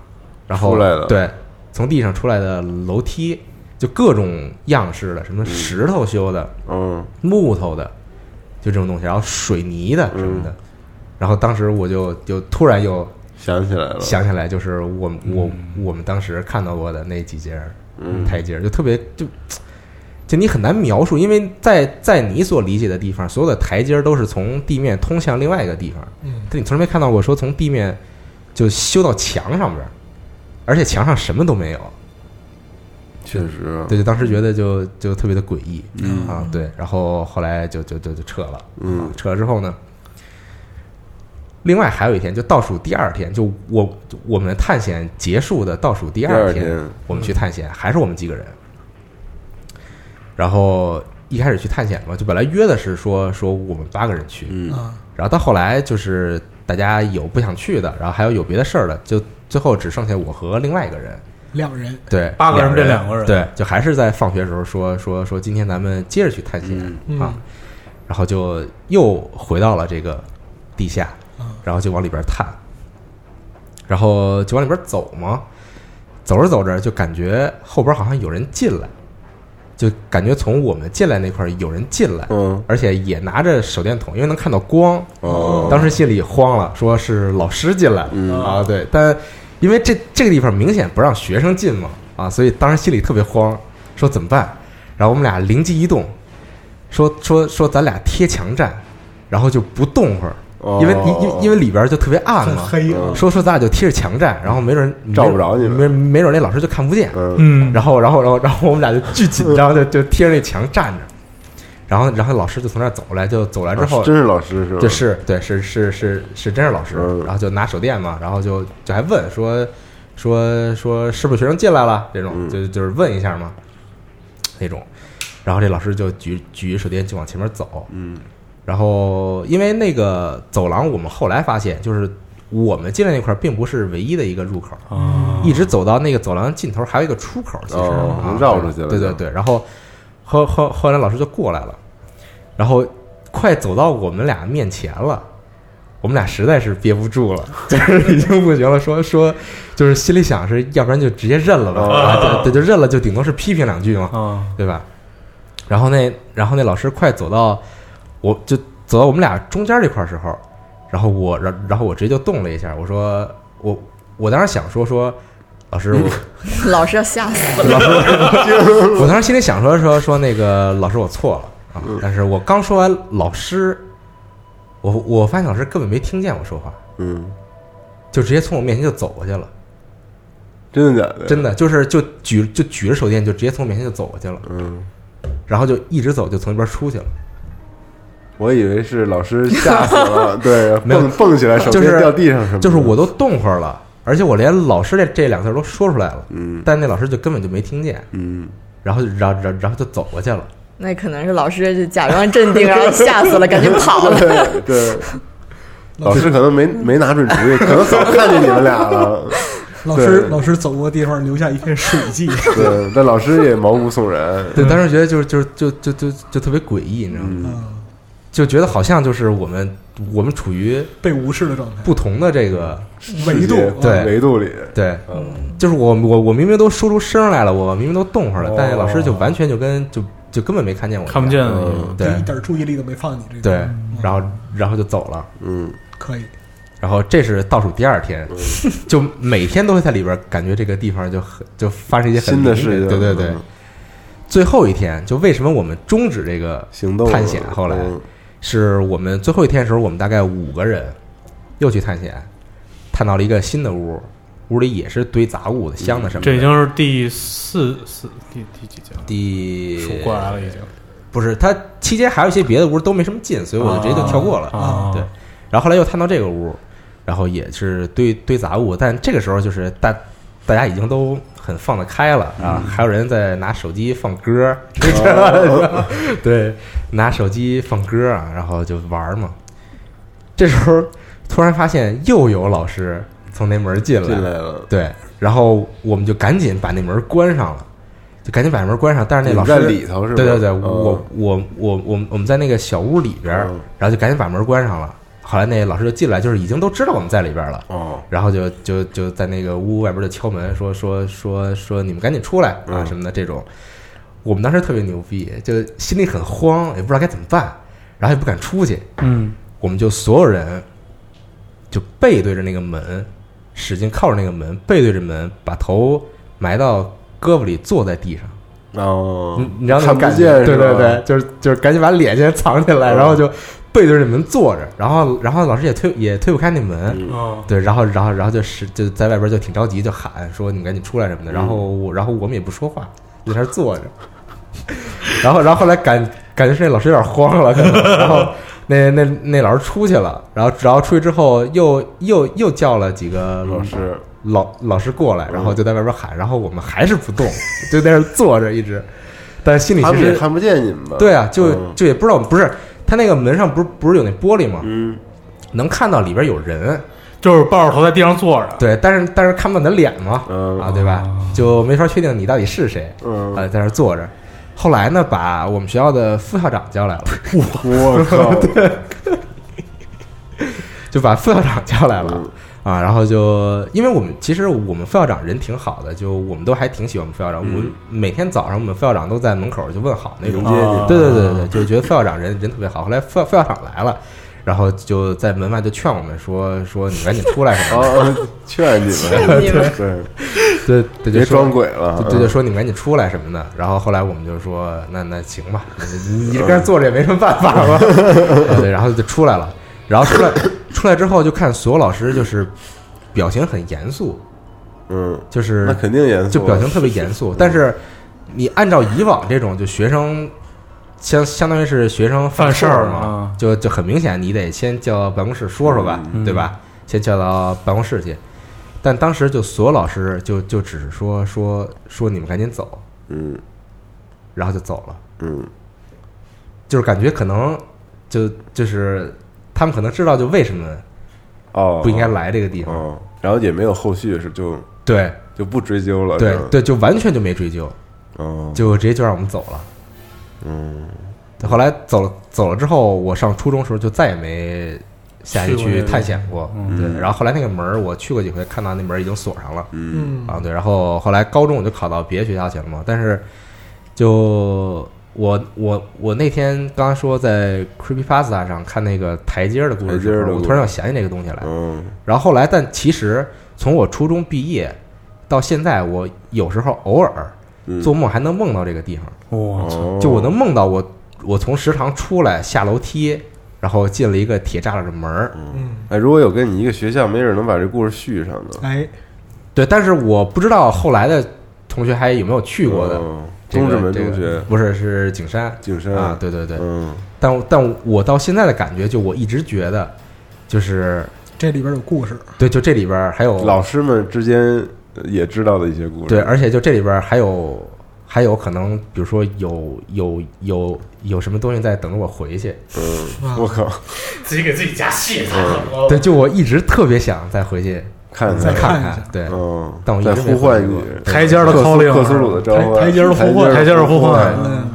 Speaker 3: 然后
Speaker 1: 嗯出来了
Speaker 3: 对，从地上出来的楼梯，就各种样式的，什么石头修的、
Speaker 1: 嗯
Speaker 3: 木头的，就这种东西，然后水泥的什
Speaker 1: 嗯
Speaker 3: 么的。然后当时我就就突然又
Speaker 1: 想起来了，
Speaker 3: 想起来，就是我我我们当时看到过的那几节
Speaker 1: 嗯
Speaker 3: 台阶儿，就特别就就你很难描述，因为在在你所理解的地方，所有的台阶儿都是从地面通向另外一个地方，
Speaker 2: 嗯，
Speaker 3: 但你从来没看到过说从地面就修到墙上边儿，而且墙上什么都没有。
Speaker 1: 嗯确实，
Speaker 3: 对，就当时觉得就就特别的诡异，
Speaker 1: 嗯
Speaker 3: 啊，对，然后后来就就就就撤了，
Speaker 1: 嗯
Speaker 3: 撤了之后呢，另外还有一天，就倒数第二天，就我就我们探险结束的倒数第二
Speaker 1: 第二天
Speaker 3: 我们去探险，还是我们几个人，然后一开始去探险嘛，就本来约的是说说我们八个人去，
Speaker 1: 嗯
Speaker 2: 啊，
Speaker 3: 然后到后来就是大家有不想去的，然后还有有别的事儿的，就最后只剩下我和另外一个人，
Speaker 2: 两人，
Speaker 3: 对，
Speaker 4: 八个人
Speaker 3: 变
Speaker 4: 变两个人
Speaker 3: 对，就还是在放学时候说说说今天咱们接着去探险、
Speaker 2: 嗯
Speaker 3: 啊，然后就又回到了这个地下
Speaker 4: 嗯
Speaker 2: 啊，
Speaker 3: 然后就往里边探，然后就往里边走嘛，走着走着就感觉后边好像有人进来，就感觉从我们进来那块儿有人进来，
Speaker 1: 嗯
Speaker 3: 而且也拿着手电筒，因为能看到光。
Speaker 1: 哦，
Speaker 3: 当时心里慌了，说是老师进来、
Speaker 1: 嗯
Speaker 3: 啊，对，但因为这这个地方明显不让学生进嘛，啊，所以当时心里特别慌，说怎么办？然后我们俩灵机一动，说说说咱俩贴墙站，然后就不动会儿，
Speaker 1: 哦
Speaker 3: 因为因因因为里边就特别暗
Speaker 2: 很
Speaker 3: 嘛，
Speaker 2: 黑啊，
Speaker 3: 说说咱俩就贴着墙站，然后没准没准
Speaker 1: 照不着你们
Speaker 3: 没没准那老师就看不见，
Speaker 1: 嗯
Speaker 4: 嗯，
Speaker 3: 然后，然后，然后，然后我们俩就巨紧张，就就贴着那墙站着。然后，然后老师就从那儿走过来，就走来之后，
Speaker 1: 啊真是老师是吧？
Speaker 3: 对，是，对，是是是是，真是老师
Speaker 1: 嗯。
Speaker 3: 然后就拿手电嘛，然后就就还问说说说是不是学生进来了这种，
Speaker 1: 嗯
Speaker 3: 就就是问一下嘛那种。然后这老师就举举手电就往前面走，
Speaker 1: 嗯
Speaker 3: 然后因为那个走廊，我们后来发现就是我们进来那块儿并不是唯一的一个入口，
Speaker 4: 啊，
Speaker 3: 一直走到那个走廊尽头，还有一个出口，其实、
Speaker 1: 哦
Speaker 3: 啊
Speaker 1: 能绕出去了
Speaker 3: 对对对，然后后后后来老师就过来了，然后快走到我们俩面前了，我们俩实在是憋不住了， 就是已经不行了，说说，就是心里想是，要不然就直接认了吧，啊，对，对就认了，就顶多是批评两句嘛，
Speaker 4: 啊，
Speaker 3: 对吧？然后那，然后那老师快走到，我就走到我们俩中间这块儿时候，然后我，然然后我直接就动了一下，我说，我我当时想说说，老师，我
Speaker 5: 老师要吓死了。
Speaker 3: 老师，我当时心里想说说说那个老师我错了啊，但是我刚说完老师，我我发现老师根本没听见我说话，
Speaker 1: 嗯，
Speaker 3: 就直接从我面前就走过去了，
Speaker 1: 真的假的？
Speaker 3: 真的就是就举就举着手电就直接从我面前就走过去了，
Speaker 1: 嗯，
Speaker 3: 然后就一直走就从那边出去了，
Speaker 1: 我以为是老师吓死 了，对，
Speaker 3: 没有
Speaker 1: 蹦蹦起来，手
Speaker 3: 就
Speaker 1: 机
Speaker 3: 是
Speaker 1: 掉地上什么的？
Speaker 3: 就是我都动会儿了，而且我连老师这这两个字都说出来了，
Speaker 1: 嗯
Speaker 3: 但那老师就根本就没听见，
Speaker 1: 嗯，
Speaker 3: 然后就然后然后然后就走过去了。
Speaker 5: 那可能是老师就假装镇定，然后吓死了，赶紧跑 了。
Speaker 1: 对 对。老师可能没没拿准主意，可能早看见你们俩 了。
Speaker 2: 老师
Speaker 1: 对
Speaker 2: 老师走过的地方留下一片水迹，
Speaker 1: 对，但老师也毛骨悚然。
Speaker 3: 对，当时觉得就是就是就就就就特别诡异，你知道吗？
Speaker 1: 嗯，
Speaker 2: 嗯，
Speaker 3: 就觉得好像就是我们我们处于
Speaker 2: 被无视的状态，
Speaker 3: 不同的这个
Speaker 2: 维
Speaker 1: 世
Speaker 2: 度
Speaker 1: 界
Speaker 3: 对
Speaker 1: 维度里，
Speaker 3: 对，
Speaker 1: 嗯，哦
Speaker 3: 就是我我我明明都说出声来了，我明明都动会儿了，但是老师就完全就跟就就根本没看见我，
Speaker 4: 看不见
Speaker 3: 嗯
Speaker 1: 嗯
Speaker 2: 就一
Speaker 3: 对
Speaker 2: 点注意力都没放你这个，
Speaker 3: 对
Speaker 2: 嗯，
Speaker 3: 然后然后就走了。
Speaker 1: 嗯，
Speaker 2: 可以，
Speaker 3: 然后这是倒数第二天， 就每天都会在里边感觉这个地方就很就发生一些很
Speaker 1: 新的
Speaker 3: 灵异
Speaker 1: 事情，
Speaker 3: 对对对
Speaker 1: 嗯，。
Speaker 3: 最后一天就为什么我们终止这个
Speaker 1: 行动了
Speaker 3: 探险后来
Speaker 1: 嗯
Speaker 3: 是我们最后一天的时候，我们大概五个人又去探险，探到了一个新的屋，屋里也是堆杂物的箱子什么的。
Speaker 4: 这已经是第四四第第几节了？
Speaker 3: 第
Speaker 4: 数过来了，已经。
Speaker 3: 不是它期间还有一些别的屋都没什么劲，所以我就直接就跳过了。
Speaker 4: 啊，
Speaker 3: 对，然后后来又探到这个屋，然后也是堆堆杂物，但这个时候就是大大家已经都很放得开了啊，还有人在拿手机放歌， 对，拿手机放歌啊，然后就玩儿嘛。这时候突然发现又有老师从那门进
Speaker 1: 进来
Speaker 3: 了，
Speaker 1: 了。
Speaker 3: 对，然后我们就赶紧把那门关上了，就赶紧把门关上，但是那老
Speaker 1: 你
Speaker 3: 师
Speaker 1: 在里头是吧？
Speaker 3: 对对对，
Speaker 1: 嗯
Speaker 3: 我我我我们我们在那个小屋里边儿
Speaker 1: 嗯，
Speaker 3: 然后就赶紧把门关上了。后来那老师就进来，就是已经都知道我们在里边了，
Speaker 1: 哦，
Speaker 3: 然后就就就在那个屋外边就敲门，说说说说你们赶紧出来啊
Speaker 1: 嗯
Speaker 3: 什么的这种。我们当时特别牛逼，就心里很慌，也不知道该怎么办，然后也不敢出去，
Speaker 4: 嗯，
Speaker 3: 我们就所有人就背对着那个门，使劲靠着那个门，背对着门，把头埋到胳膊里，坐在地上。
Speaker 1: 哦
Speaker 3: 你，你知道那
Speaker 1: 看
Speaker 3: 种
Speaker 1: 不
Speaker 3: 感觉
Speaker 1: 见，
Speaker 3: 对对对，，就是就是赶紧把脸先藏起来，
Speaker 1: 嗯
Speaker 3: 然后就背对着门坐着，然后然后老师也推也推不开那门，
Speaker 1: 嗯
Speaker 4: 啊，
Speaker 3: 对，然后然后然后就是就在外边就挺着急，就喊说你们赶紧出来什么的，
Speaker 1: 嗯
Speaker 3: 然后我然后我们也不说话，就在那儿坐着， 然后然后后来感感觉是那老师有点慌了，可能 然后那那那老师出去了，然后然后出去之后又又又叫了几个
Speaker 1: 老师，
Speaker 3: 老老师过
Speaker 1: 嗯
Speaker 3: 来，然后就在外边喊，然后我们还是不动， 就在那儿坐着一直，但是心里
Speaker 1: 他
Speaker 3: 其
Speaker 1: 们也
Speaker 3: 实
Speaker 1: 看不见你们吧？
Speaker 3: 对啊，就
Speaker 1: 嗯
Speaker 3: 就也不知道我们不是他那个门上不是不是有那玻璃吗？
Speaker 1: 嗯，
Speaker 3: 能看到里边有人，
Speaker 4: 就是抱着头在地上坐着。
Speaker 3: 对，但是但是看不到你的脸嘛，
Speaker 1: 嗯
Speaker 3: 啊，对吧？就没法确定你到底是谁，
Speaker 1: 嗯
Speaker 3: 啊，在那儿坐着。后来呢，把我们学校的副校长叫来了，
Speaker 1: 我 靠，
Speaker 3: 就把副校长叫来了
Speaker 1: 嗯
Speaker 3: 啊，然后就因为我们其实我们副校长人挺好的，就我们都还挺喜欢我们副校长，
Speaker 1: 嗯
Speaker 3: 我们每天早上我们副校长都在门口就问好那种
Speaker 1: 迎，接你
Speaker 4: 啊
Speaker 3: 对对对对，就是觉得副校长人人特别好。后来副副校长来了，然后就在门外就劝我们说说你赶紧出来什么
Speaker 1: 哦，劝你们，
Speaker 5: 劝你们
Speaker 1: 对，
Speaker 3: 的，对对，就
Speaker 1: 别
Speaker 3: 说
Speaker 1: 装，鬼了，啊
Speaker 3: 对对，就说你们赶紧出来什么的。然后后来我们就说那那行吧，你你跟这坐着也没什么办法 了，啊对，然后就出来了。然后出来出来之后就看所有老师就是表情很严肃，
Speaker 1: 嗯，
Speaker 3: 就是
Speaker 1: 那肯定严肃，啊
Speaker 3: 就表情特别严肃。但是你按照以往这种，就学生相相当于是学生
Speaker 4: 犯事儿
Speaker 3: 错嘛
Speaker 4: 啊，
Speaker 3: 就就很明显，你得先叫到办公室说说吧，
Speaker 4: 嗯
Speaker 3: 对吧？先叫到办公室去。但当时就所有老师就就只是说说说你们赶紧走，
Speaker 1: 嗯
Speaker 3: 然后就走了，
Speaker 1: 嗯
Speaker 3: 就是感觉可能就就是他们可能知道就为什么
Speaker 1: 哦，
Speaker 3: 不应该来这个地方，
Speaker 1: 哦，然后也没有后续，是就
Speaker 3: 对
Speaker 1: 哦就不追究了，
Speaker 3: 对
Speaker 1: 是吧，
Speaker 3: 对，就完全就没追究，
Speaker 1: 哦，
Speaker 3: 就直接就让我们走了。
Speaker 1: 嗯
Speaker 3: 后来走了走了之后，我上初中时候就再也没下去
Speaker 4: 去过
Speaker 3: 去
Speaker 4: 那个
Speaker 3: 探险过。
Speaker 4: 嗯
Speaker 3: 对，然后后来那个门儿我去过几回，看到那门儿已经锁上了。
Speaker 1: 嗯
Speaker 2: 嗯
Speaker 3: 啊，对，然后后来高中我就考到别的学校去了嘛，但是就我我我那天刚刚说在 Creepy Pasta 上看那个台阶儿的故事
Speaker 1: 台阶儿
Speaker 3: 时
Speaker 1: 的
Speaker 3: 候，
Speaker 1: 故
Speaker 3: 我
Speaker 1: 事
Speaker 3: 突然又想起那个东西来。
Speaker 1: 嗯
Speaker 3: 然后后来，但其实从我初中毕业到现在，我有时候偶尔
Speaker 1: 嗯，
Speaker 3: 做梦还能梦到这个地方，
Speaker 4: 我操，
Speaker 1: 哦
Speaker 3: 就我能梦到我我从食堂出来下楼梯，然后进了一个铁栅栏的门儿。
Speaker 2: 嗯，
Speaker 1: 哎，如果有跟你一个学校，没准能把这故事续上呢。
Speaker 2: 哎，
Speaker 3: 对，但是我不知道后来的同学还有没有去过的。
Speaker 1: 嗯
Speaker 3: 这
Speaker 1: 东
Speaker 3: 个
Speaker 1: 直门中
Speaker 3: 这个
Speaker 1: 学，
Speaker 3: 不是是景山
Speaker 1: 景山
Speaker 3: 啊，，对对对，
Speaker 1: 嗯，
Speaker 3: 但但我到现在的感觉，就我一直觉得，就是
Speaker 2: 这里边有故事，
Speaker 3: 对，就这里边儿还有
Speaker 1: 老师们之间也知道的一些故事，
Speaker 3: 哦对，而且就这里边儿还有还有可能，比如说有有有有什么东西在等着我回去，
Speaker 2: 哇
Speaker 1: 嗯，我靠，
Speaker 6: 自己给自己加戏，太狠了。
Speaker 3: 对，就我一直特别想再回去
Speaker 1: 看
Speaker 2: 再
Speaker 1: 哦看，
Speaker 3: 看
Speaker 2: 看一下
Speaker 3: 对，
Speaker 1: 嗯，
Speaker 3: 但我一
Speaker 1: 在
Speaker 3: 直没
Speaker 1: 呼唤
Speaker 3: 回去
Speaker 1: 你
Speaker 3: 过，对
Speaker 4: 台阶儿的
Speaker 1: 克苏
Speaker 4: calling，
Speaker 1: 克苏鲁的召啊
Speaker 2: 台
Speaker 1: 唤，
Speaker 2: 台阶儿的呼唤
Speaker 4: 台阶儿的呼唤
Speaker 1: 唤，
Speaker 2: 嗯，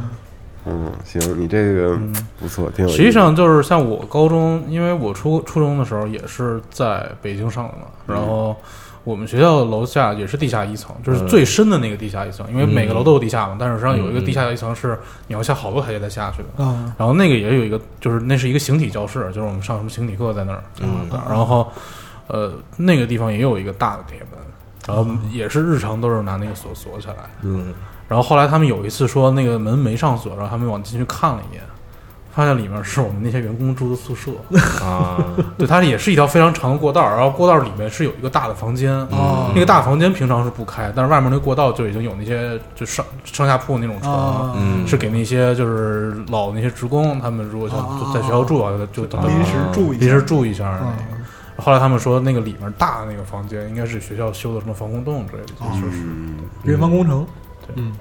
Speaker 1: 嗯，行，你这个不错，挺有意思。
Speaker 4: 实际上就是像我高中，因为我初初中的时候也是在北京上的嘛，然后我们学校楼下也是地下一层，就是最深的那个地下一层，因为每个楼都有地下嘛，但是实际上有一个地下一层是你要下好多台阶才下去的。
Speaker 2: 啊，
Speaker 4: 然后那个也有一个，就是那是一个形体教室，就是我们上什么形体课在那儿。
Speaker 3: 嗯
Speaker 4: 然后，呃，那个地方也有一个大的铁门，然后也是日常都是拿那个锁锁起来。
Speaker 3: 嗯
Speaker 4: 然后后来他们有一次说那个门没上锁，然后他们往进去看了一眼，发现里面是我们那些员工住 的宿舍。
Speaker 3: 啊，
Speaker 4: 对，它也是一条非常长的过道，然后过道里面是有一个大的房间，
Speaker 2: 哦
Speaker 4: 那个大房间平常是不开，但是外面那过道就已经有那些就上上下铺那种床。
Speaker 2: 啊，
Speaker 3: 嗯
Speaker 4: 是给那些就是老的那些职工，他们如果想
Speaker 2: 哦
Speaker 4: 就在学校住啊，就就
Speaker 2: 临时住一下
Speaker 4: 临时住一下那
Speaker 2: 啊
Speaker 4: 个。后来他们说，那个里面大的那个房间应该是学校修的什么防空洞之类的，就是
Speaker 1: 嗯，
Speaker 2: 人防工程，
Speaker 4: 对
Speaker 2: 嗯，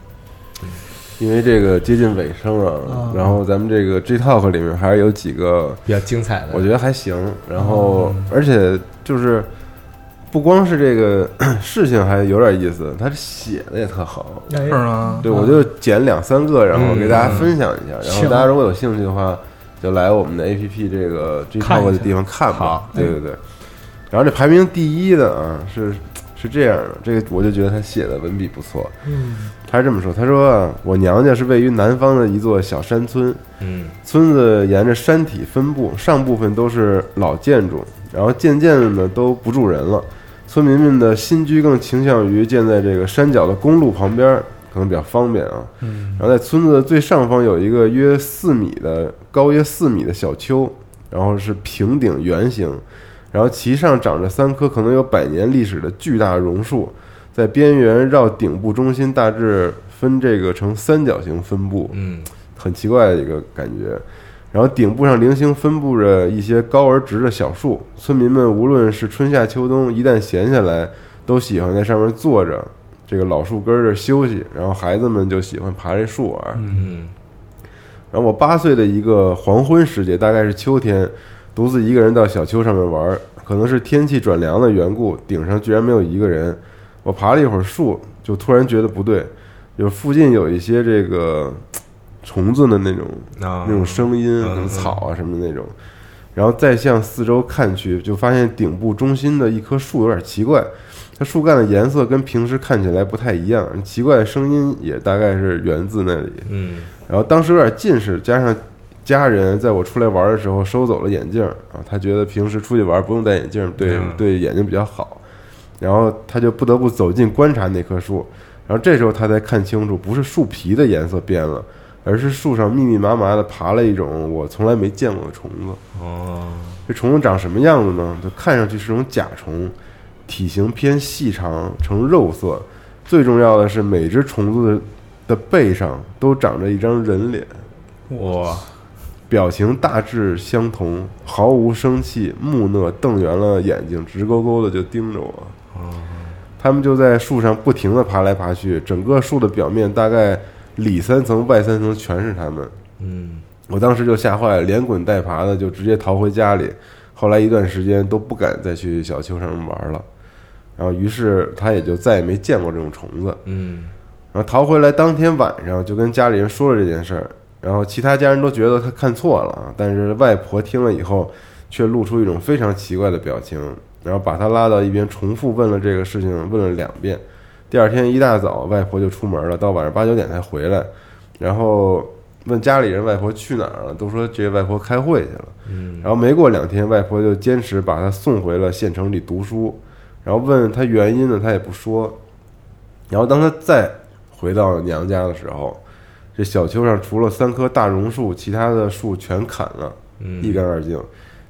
Speaker 1: 因为这个接近尾声啊
Speaker 2: 嗯，
Speaker 1: 然后咱们这个 G Talk 里面还是有几个
Speaker 3: 比较精彩的，
Speaker 1: 我觉得还行。然后，而且就是不光是这个 事情还有点意思，他写的也特好。
Speaker 2: 哎
Speaker 4: 是，吗？
Speaker 1: 对，我就捡两三个，然后
Speaker 3: 嗯
Speaker 1: 给大家分享一下。然后
Speaker 2: 行
Speaker 1: 大家如果有兴趣的话，就来我们的 APP 这个 G
Speaker 2: 看
Speaker 1: Talk
Speaker 2: 一下
Speaker 1: 的地方看吧
Speaker 3: 好。
Speaker 1: 对对对。然后这排名第一的啊，是是这样的，这个我就觉得他写的文笔不错。
Speaker 2: 嗯，
Speaker 1: 他是这么说，他说啊，我娘家是位于南方的一座小山村，
Speaker 3: 嗯
Speaker 1: 村子沿着山体分布，上部分都是老建筑，然后渐渐的呢都不住人了，村民们的新居更倾向于建在这个山脚的公路旁边，可能比较方便啊。
Speaker 4: 嗯，
Speaker 1: 然后在村子的最上方有一个约四米的高约四米的小丘，然后是平顶圆形，然后其上长着三棵可能有百年历史的巨大榕树，在边缘绕顶部中心大致分这个呈三角形分布，
Speaker 3: 嗯
Speaker 1: 很奇怪的一个感觉。然后顶部上零星分布着一些高而直的小树，村民们无论是春夏秋冬，一旦闲下来，都喜欢在上面坐着这个老树根儿这儿休息。然后孩子们就喜欢爬这树玩。
Speaker 3: 嗯
Speaker 1: 然后我八岁的一个黄昏时节，大概是秋天，独自一个人到小丘上面玩儿，可能是天气转凉的缘故，顶上居然没有一个人。我爬了一会儿树，就突然觉得不对，就是附近有一些这个虫子的那种
Speaker 3: 啊
Speaker 1: 那种声音，
Speaker 3: 嗯
Speaker 1: 什么草啊什么那种。然后再向四周看去，就发现顶部中心的一棵树有点奇怪，它树干的颜色跟平时看起来不太一样，奇怪的声音也大概是源自那里。
Speaker 3: 嗯
Speaker 1: 然后当时有点近视，加上家人在我出来玩的时候收走了眼镜儿啊，他觉得平时出去玩不用戴眼镜儿，对、
Speaker 3: 嗯
Speaker 1: 对眼睛比较好。然后他就不得不走近观察那棵树，然后这时候他才看清楚，不是树皮的颜色变了，而是树上密密麻麻的爬了一种我从来没见过的虫子。
Speaker 3: 哦
Speaker 1: 这虫子长什么样子呢？就看上去是种甲虫，体型偏细长，呈肉色。最重要的是，每只虫子的背上都长着一张人脸，
Speaker 3: 哇
Speaker 1: 表情大致相同，毫无生气，木讷，瞪圆了眼睛，直勾勾的就盯着我。他们就在树上不停的爬来爬去，整个树的表面大概里三层外三层全是他们。
Speaker 3: 嗯
Speaker 1: 我当时就吓坏了，连滚带爬的就直接逃回家里。后来一段时间都不敢再去小丘上面玩了，然后于是他也就再也没见过这种虫子。
Speaker 3: 嗯
Speaker 1: 然后逃回来当天晚上就跟家里人说了这件事儿，然后其他家人都觉得他看错了啊，但是外婆听了以后却露出一种非常奇怪的表情，然后把他拉到一边，重复问了这个事情，问了两遍。第二天一大早，外婆就出门了，到晚上八九点才回来，然后问家里人外婆去哪儿了，都说这外婆开会去了。然后没过两天，外婆就坚持把他送回了县城里读书，然后问他原因呢，他也不说。然后当他再回到娘家的时候，这小丘上除了三棵大榕树，其他的树全砍了，
Speaker 3: 嗯
Speaker 1: 一干二净。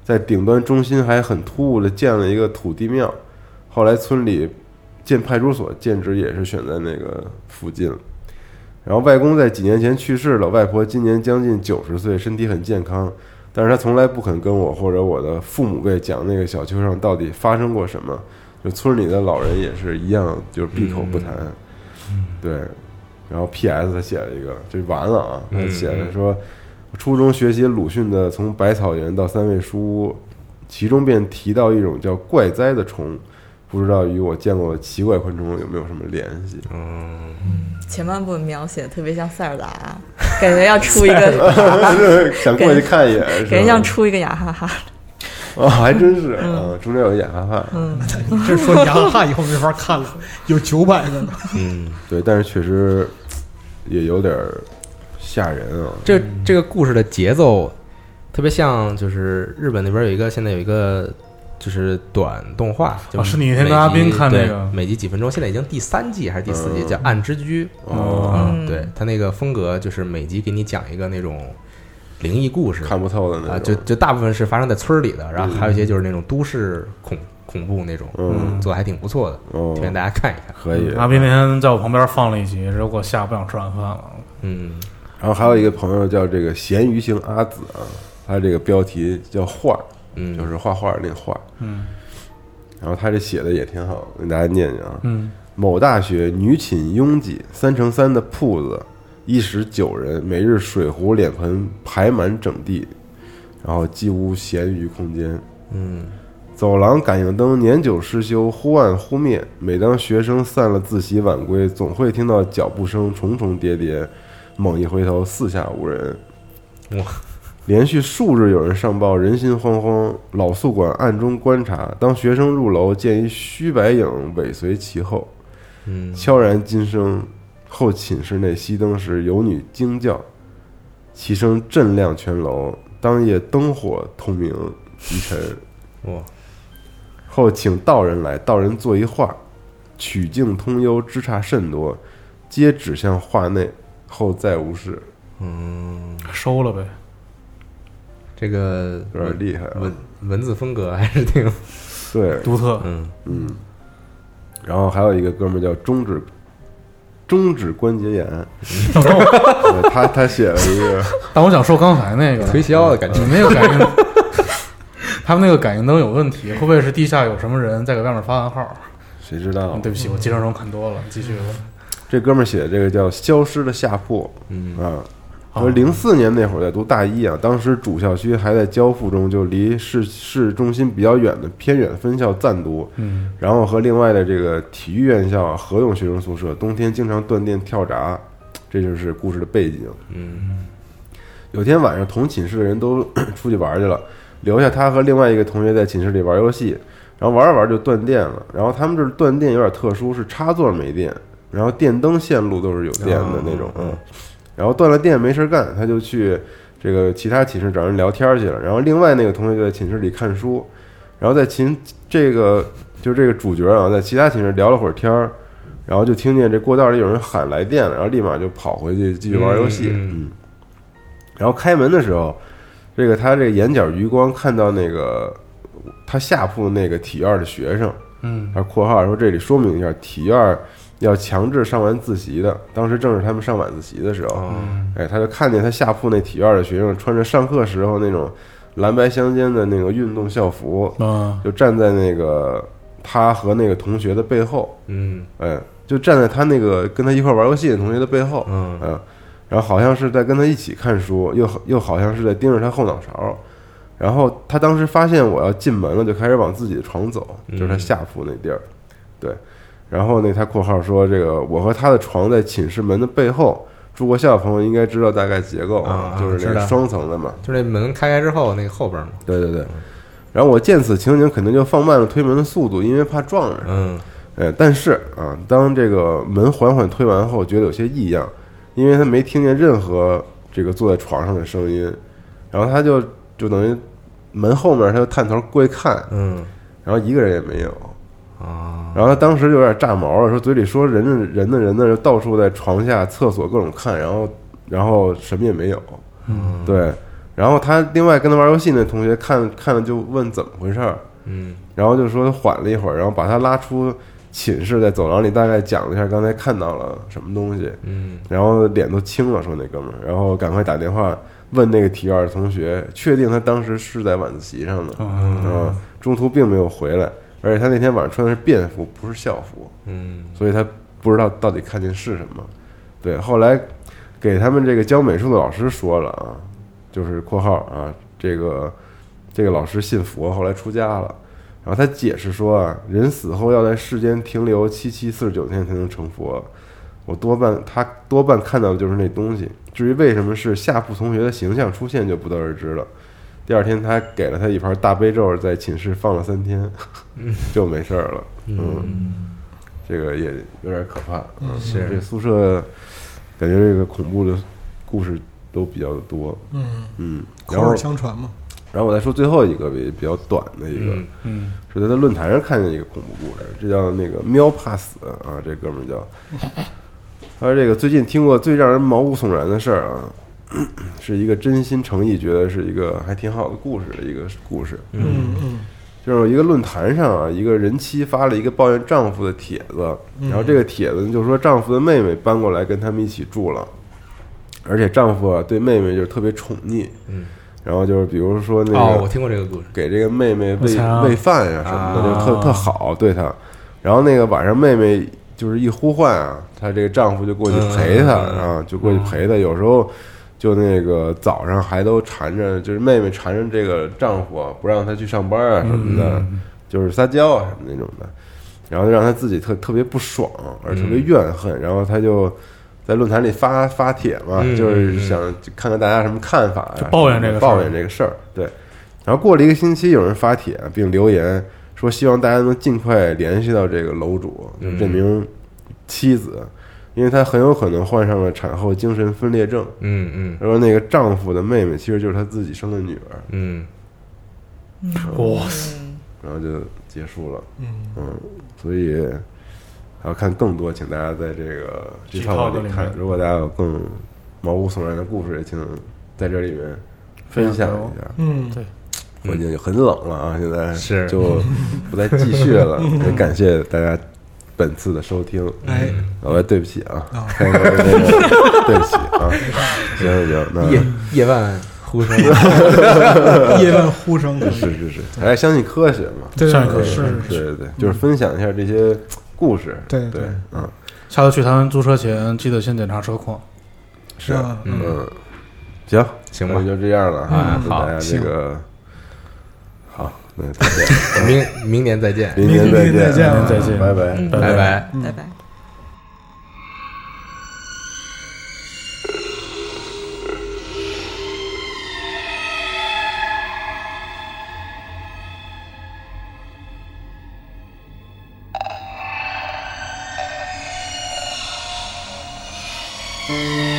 Speaker 1: 在顶端中心还很突兀的建了一个土地庙，后来村里建派出所建址也是选在那个附近。然后外公在几年前去世了，外婆今年将近九十岁，身体很健康，但是她从来不肯跟我或者我的父母辈讲那个小丘上到底发生过什么。就村里的老人也是一样，就是闭口不谈。对，然后 P.S. 他写了一个，这完了啊，他写的说，初中学习鲁迅的《从百草园到三味书屋》，其中便提到一种叫怪哉的虫，不知道与我见过的奇怪昆虫有没有什么联系？
Speaker 5: 前半部分描写特别像塞尔达，感觉要出一 个，
Speaker 1: 想过去看一眼，
Speaker 5: 感
Speaker 1: 是吧
Speaker 5: 觉 像出一嗯个雅哈哈。
Speaker 1: 哦，还真是啊，中间有一眼哈哈。
Speaker 5: 嗯
Speaker 2: 你 这说洋汉以后没法看了，有九百个呢。
Speaker 1: 对，但是确实也有点儿吓人啊。
Speaker 3: 这
Speaker 4: 嗯
Speaker 3: 这个故事的节奏特别像，就是日本那边有一个现在有一个就是短动画，就
Speaker 4: 啊是你那天跟阿斌看那
Speaker 3: 那
Speaker 4: 个
Speaker 3: 每集几分钟，现在已经第三季还是第四季，
Speaker 1: 嗯
Speaker 3: 叫《暗之居》
Speaker 1: 哦，
Speaker 3: 啊
Speaker 5: 嗯
Speaker 3: 对他那个风格就是每集给你讲一个那种灵异故事
Speaker 1: 看不透的那种。
Speaker 3: 啊，就就大部分是发生在村儿里的，然后还有一些就是那种都市恐恐怖那种，
Speaker 1: 嗯
Speaker 3: 做的还挺不错的，
Speaker 1: 哦
Speaker 3: 推，荐大家看一看。
Speaker 1: 可以。
Speaker 4: 嗯阿斌那天在我旁边放了一集，如果下午不想吃晚饭了，
Speaker 3: 嗯，
Speaker 1: 然后还有一个朋友叫这个咸鱼星阿紫啊，他这个标题叫画，
Speaker 3: 嗯
Speaker 1: 就是画画那个画。
Speaker 4: 嗯
Speaker 1: 然后他这写的也挺好，给大家念念啊。
Speaker 4: 嗯，
Speaker 1: 某大学女寝拥挤，三乘三的铺子，一室九人，每日水壶、脸盆排满整地，然后既无闲余空间。
Speaker 3: 嗯，
Speaker 1: 走廊感应灯年久失修，忽暗忽灭。每当学生散了自习晚归，总会听到脚步声重重叠叠，猛一回头，四下无人。
Speaker 3: 哇！
Speaker 1: 连续数日有人上报，人心惶惶。老宿管暗中观察，当学生入楼，见一虚白影尾随其后。
Speaker 3: 嗯
Speaker 1: 悄然今生，后寝室内熄灯时，有女惊叫，其声震亮全楼。当夜灯火通明一晨，
Speaker 3: 哇，
Speaker 1: 后请道人来，道人作一画，曲径通幽，枝杈甚多，皆指向画内，后再无事。
Speaker 4: 收了呗。
Speaker 3: 这个
Speaker 1: 有点厉害啊！
Speaker 3: 文文字风格还是挺
Speaker 1: 对，
Speaker 4: 独特，
Speaker 3: 嗯
Speaker 1: 然后还有一个哥们儿叫中指，中指关节 炎，对他他写了一个，
Speaker 4: 但我想说刚才那个
Speaker 3: 推销的感觉
Speaker 4: 你。那个感应，他们那个感应灯有问题，会不会是地下有什么人在给外面发暗号？ 嗯
Speaker 1: 谁知道？
Speaker 4: 对不起，我寄生虫看多了，继续吧。
Speaker 1: 这哥们儿写的这个叫《消失的下铺》，
Speaker 3: 嗯
Speaker 1: 啊，说零四年那会儿在读大一啊，当时主校区还在交附中，就离市市中心比较远的偏远分校暂读，
Speaker 4: 嗯，
Speaker 1: 然后和另外的这个体育院校啊合用学生宿舍，冬天经常断电跳闸，这就是故事的背景。
Speaker 3: 嗯
Speaker 1: 有天晚上，同寝室的人都 出去玩去了，留下他和另外一个同学在寝室里玩游戏，然后玩着玩着就断电了。然后他们这儿断电有点特殊，是插座没电，然后电灯线路都是有电的那种，嗯。然后断了电没事儿干，他就去这个其他寝室找人聊天去了。然后另外那个同学就在寝室里看书，然后在寝这个就是这个主角啊，在其他寝室聊了会儿天儿，然后就听见这过道里有人喊来电了，然后立马就跑回去继续玩游戏。
Speaker 3: 嗯嗯
Speaker 1: 嗯，然后开门的时候，这个他这个眼角余光看到那个他下铺那个体院的学生，
Speaker 4: 嗯，
Speaker 1: 他括号说这里说明一下，体院要强制上完自习的，当时正是他们上晚自习的时候。
Speaker 3: 哦
Speaker 1: 哎，他就看见他下铺那体院的学生穿着上课时候那种蓝白相间的那个运动校服，
Speaker 4: 啊，
Speaker 1: 就站在那个他和那个同学的背后，
Speaker 3: 嗯
Speaker 1: 哎，就站在他那个跟他一块玩游戏的同学的背后，
Speaker 3: 嗯
Speaker 1: 嗯，然后好像是在跟他一起看书，又又好像是在盯着他后脑勺。然后他当时发现我要进门了，就开始往自己的床走，
Speaker 3: 嗯
Speaker 1: 就是他下铺那地儿。对，然后那他括号说这个我和他的床在寝室门的背后。住过校的朋友应该知道大概结构
Speaker 3: 啊啊
Speaker 1: 就是
Speaker 3: 是
Speaker 1: 那
Speaker 3: 的
Speaker 1: 个双层的嘛。
Speaker 3: 就这门开开之后，那个后边嘛，
Speaker 1: 对对对。然后我见此情景，肯定就放慢了推门的速度，因为怕撞着。
Speaker 3: 嗯
Speaker 1: 呃，但是啊，当这个门缓缓推完后，觉得有些异样，因为他没听见任何这个坐在床上的声音，然后他就就等于门后面，他就探头过去看，
Speaker 3: 嗯
Speaker 1: 然后一个人也没有。
Speaker 3: 啊，
Speaker 1: 然后他当时就有点炸毛了，说嘴里说人呢人呢人呢，就到处在床下、厕所各种看，然后然后什么也没有。
Speaker 3: 嗯
Speaker 1: 对，然后他另外跟他玩游戏那同学看看了就问怎么回事儿，
Speaker 3: 嗯
Speaker 1: 然后就说缓了一会儿，然后把他拉出寝室，在走廊里大概讲了一下刚才看到了什么东西，
Speaker 3: 嗯
Speaker 1: 然后脸都青了，说那哥们儿，然后赶快打电话问那个体院的同学，确定他当时是在晚自习上的，
Speaker 4: 嗯
Speaker 1: 啊，中途并没有回来，而且他那天晚上穿的是便服，不是校服，
Speaker 3: 嗯
Speaker 1: 所以他不知道到底看见是什么。对，后来给他们这个教美术的老师说了啊，就是（括号啊）这个这个老师信佛，后来出家了。然后他解释说啊，人死后要在世间停留七七四十九天才能成佛。我多半他多半看到的就是那东西，至于为什么是夏普同学的形象出现，就不得而知了。第二天，他给了他一盘大悲咒，在寝室放了三天，就没事儿了。嗯这个也有点可怕。嗯，
Speaker 3: 是
Speaker 1: 这宿舍感觉这个恐怖的故事都比较多。
Speaker 2: 嗯，
Speaker 1: 嗯，
Speaker 2: 口
Speaker 1: 然后
Speaker 2: 耳相传嘛，
Speaker 1: 然后我再说最后一个比比较短的一个，
Speaker 3: 嗯
Speaker 4: 嗯，
Speaker 1: 是在论坛上看见一个恐怖故事，这叫那个喵怕死啊，这哥们儿叫。他说这个最近听过最让人毛骨悚然的事儿啊， 是一个真心诚意觉得是一个还挺好的故事的一个故事。
Speaker 2: 嗯嗯
Speaker 1: 就是有一个论坛上啊，一个人妻发了一个抱怨丈夫的帖子，
Speaker 3: 嗯
Speaker 1: 然后这个帖子呢就说丈夫的妹妹搬过来跟他们一起住了，而且丈夫啊对妹妹就是特别宠溺，
Speaker 3: 嗯，
Speaker 1: 然后就是比如说那
Speaker 3: 哦，我
Speaker 1: 个
Speaker 3: 听过这个故事，
Speaker 1: 给这个妹妹
Speaker 4: 我
Speaker 1: 喂
Speaker 4: 操
Speaker 1: 喂饭呀、什么的，就特
Speaker 4: 啊
Speaker 1: 特好对她，然后那个晚上妹妹就是一呼唤啊，她这个丈夫就过去陪她
Speaker 3: 嗯嗯嗯
Speaker 1: 啊，就过去陪她，有时候。就那个早上还都缠着，就是妹妹缠着这个丈夫啊，不让他去上班啊什么
Speaker 3: 嗯
Speaker 1: 的，就是撒娇啊什么那种的，然后就让他自己特特别不爽，而且特别怨恨，然后他就在论坛里发发帖嘛，
Speaker 3: 嗯
Speaker 1: 就是想看看大家什么看法啊呀、
Speaker 4: 就抱怨这个事儿
Speaker 1: 抱怨这个事儿，对。然后过了一个星期，有人发帖并留言说，希望大家能尽快联系到这个楼主，就是
Speaker 4: 嗯
Speaker 1: 这名妻子，因为她很有可能患上了产后精神分裂症。
Speaker 3: 嗯嗯
Speaker 1: 他说那个丈夫的妹妹其实就是她自己生的女儿，
Speaker 3: 嗯
Speaker 4: 哇，
Speaker 5: 嗯，
Speaker 1: 然后就结束了。
Speaker 2: 嗯，
Speaker 1: 嗯，所以还要看更多，请大家在这个这
Speaker 4: 剧
Speaker 1: 套
Speaker 4: 透
Speaker 1: 里
Speaker 4: 里
Speaker 1: 看。
Speaker 4: 面
Speaker 1: 如果大家有更毛骨悚然的故事，也请在这里面分享一下。
Speaker 2: 嗯，
Speaker 4: 对
Speaker 1: 我已经很冷了啊，现在
Speaker 3: 是
Speaker 1: 就不再继续了。也感谢大家本次的收听。
Speaker 2: 哎，
Speaker 1: 老白，对不起啊，
Speaker 2: 啊
Speaker 1: 开头那个对不起啊，行行行，那
Speaker 3: 夜夜晚呼声，
Speaker 2: 夜半呼声可以，
Speaker 1: 是是是，还是相信科学嘛。嗯
Speaker 2: 对
Speaker 4: 上一
Speaker 2: 对
Speaker 4: 课
Speaker 2: 对是是
Speaker 1: 对对对，就是分享一下这些故事。
Speaker 2: 对
Speaker 1: 对
Speaker 2: 对，
Speaker 1: 嗯，
Speaker 4: 下次去台湾租车前，记得先检查车况。
Speaker 1: 是，
Speaker 2: 啊
Speaker 1: 嗯，行
Speaker 3: 行吧
Speaker 1: 那就这样了啊
Speaker 3: 嗯，
Speaker 1: 祝大家
Speaker 3: 好
Speaker 1: 这个好，那再见，
Speaker 3: 明明年再见，
Speaker 1: 明年再
Speaker 2: 明年再见
Speaker 1: 见，啊
Speaker 4: 明年再见
Speaker 1: 拜拜。
Speaker 5: 嗯
Speaker 3: 拜拜。
Speaker 5: 拜拜。
Speaker 7: Thank you.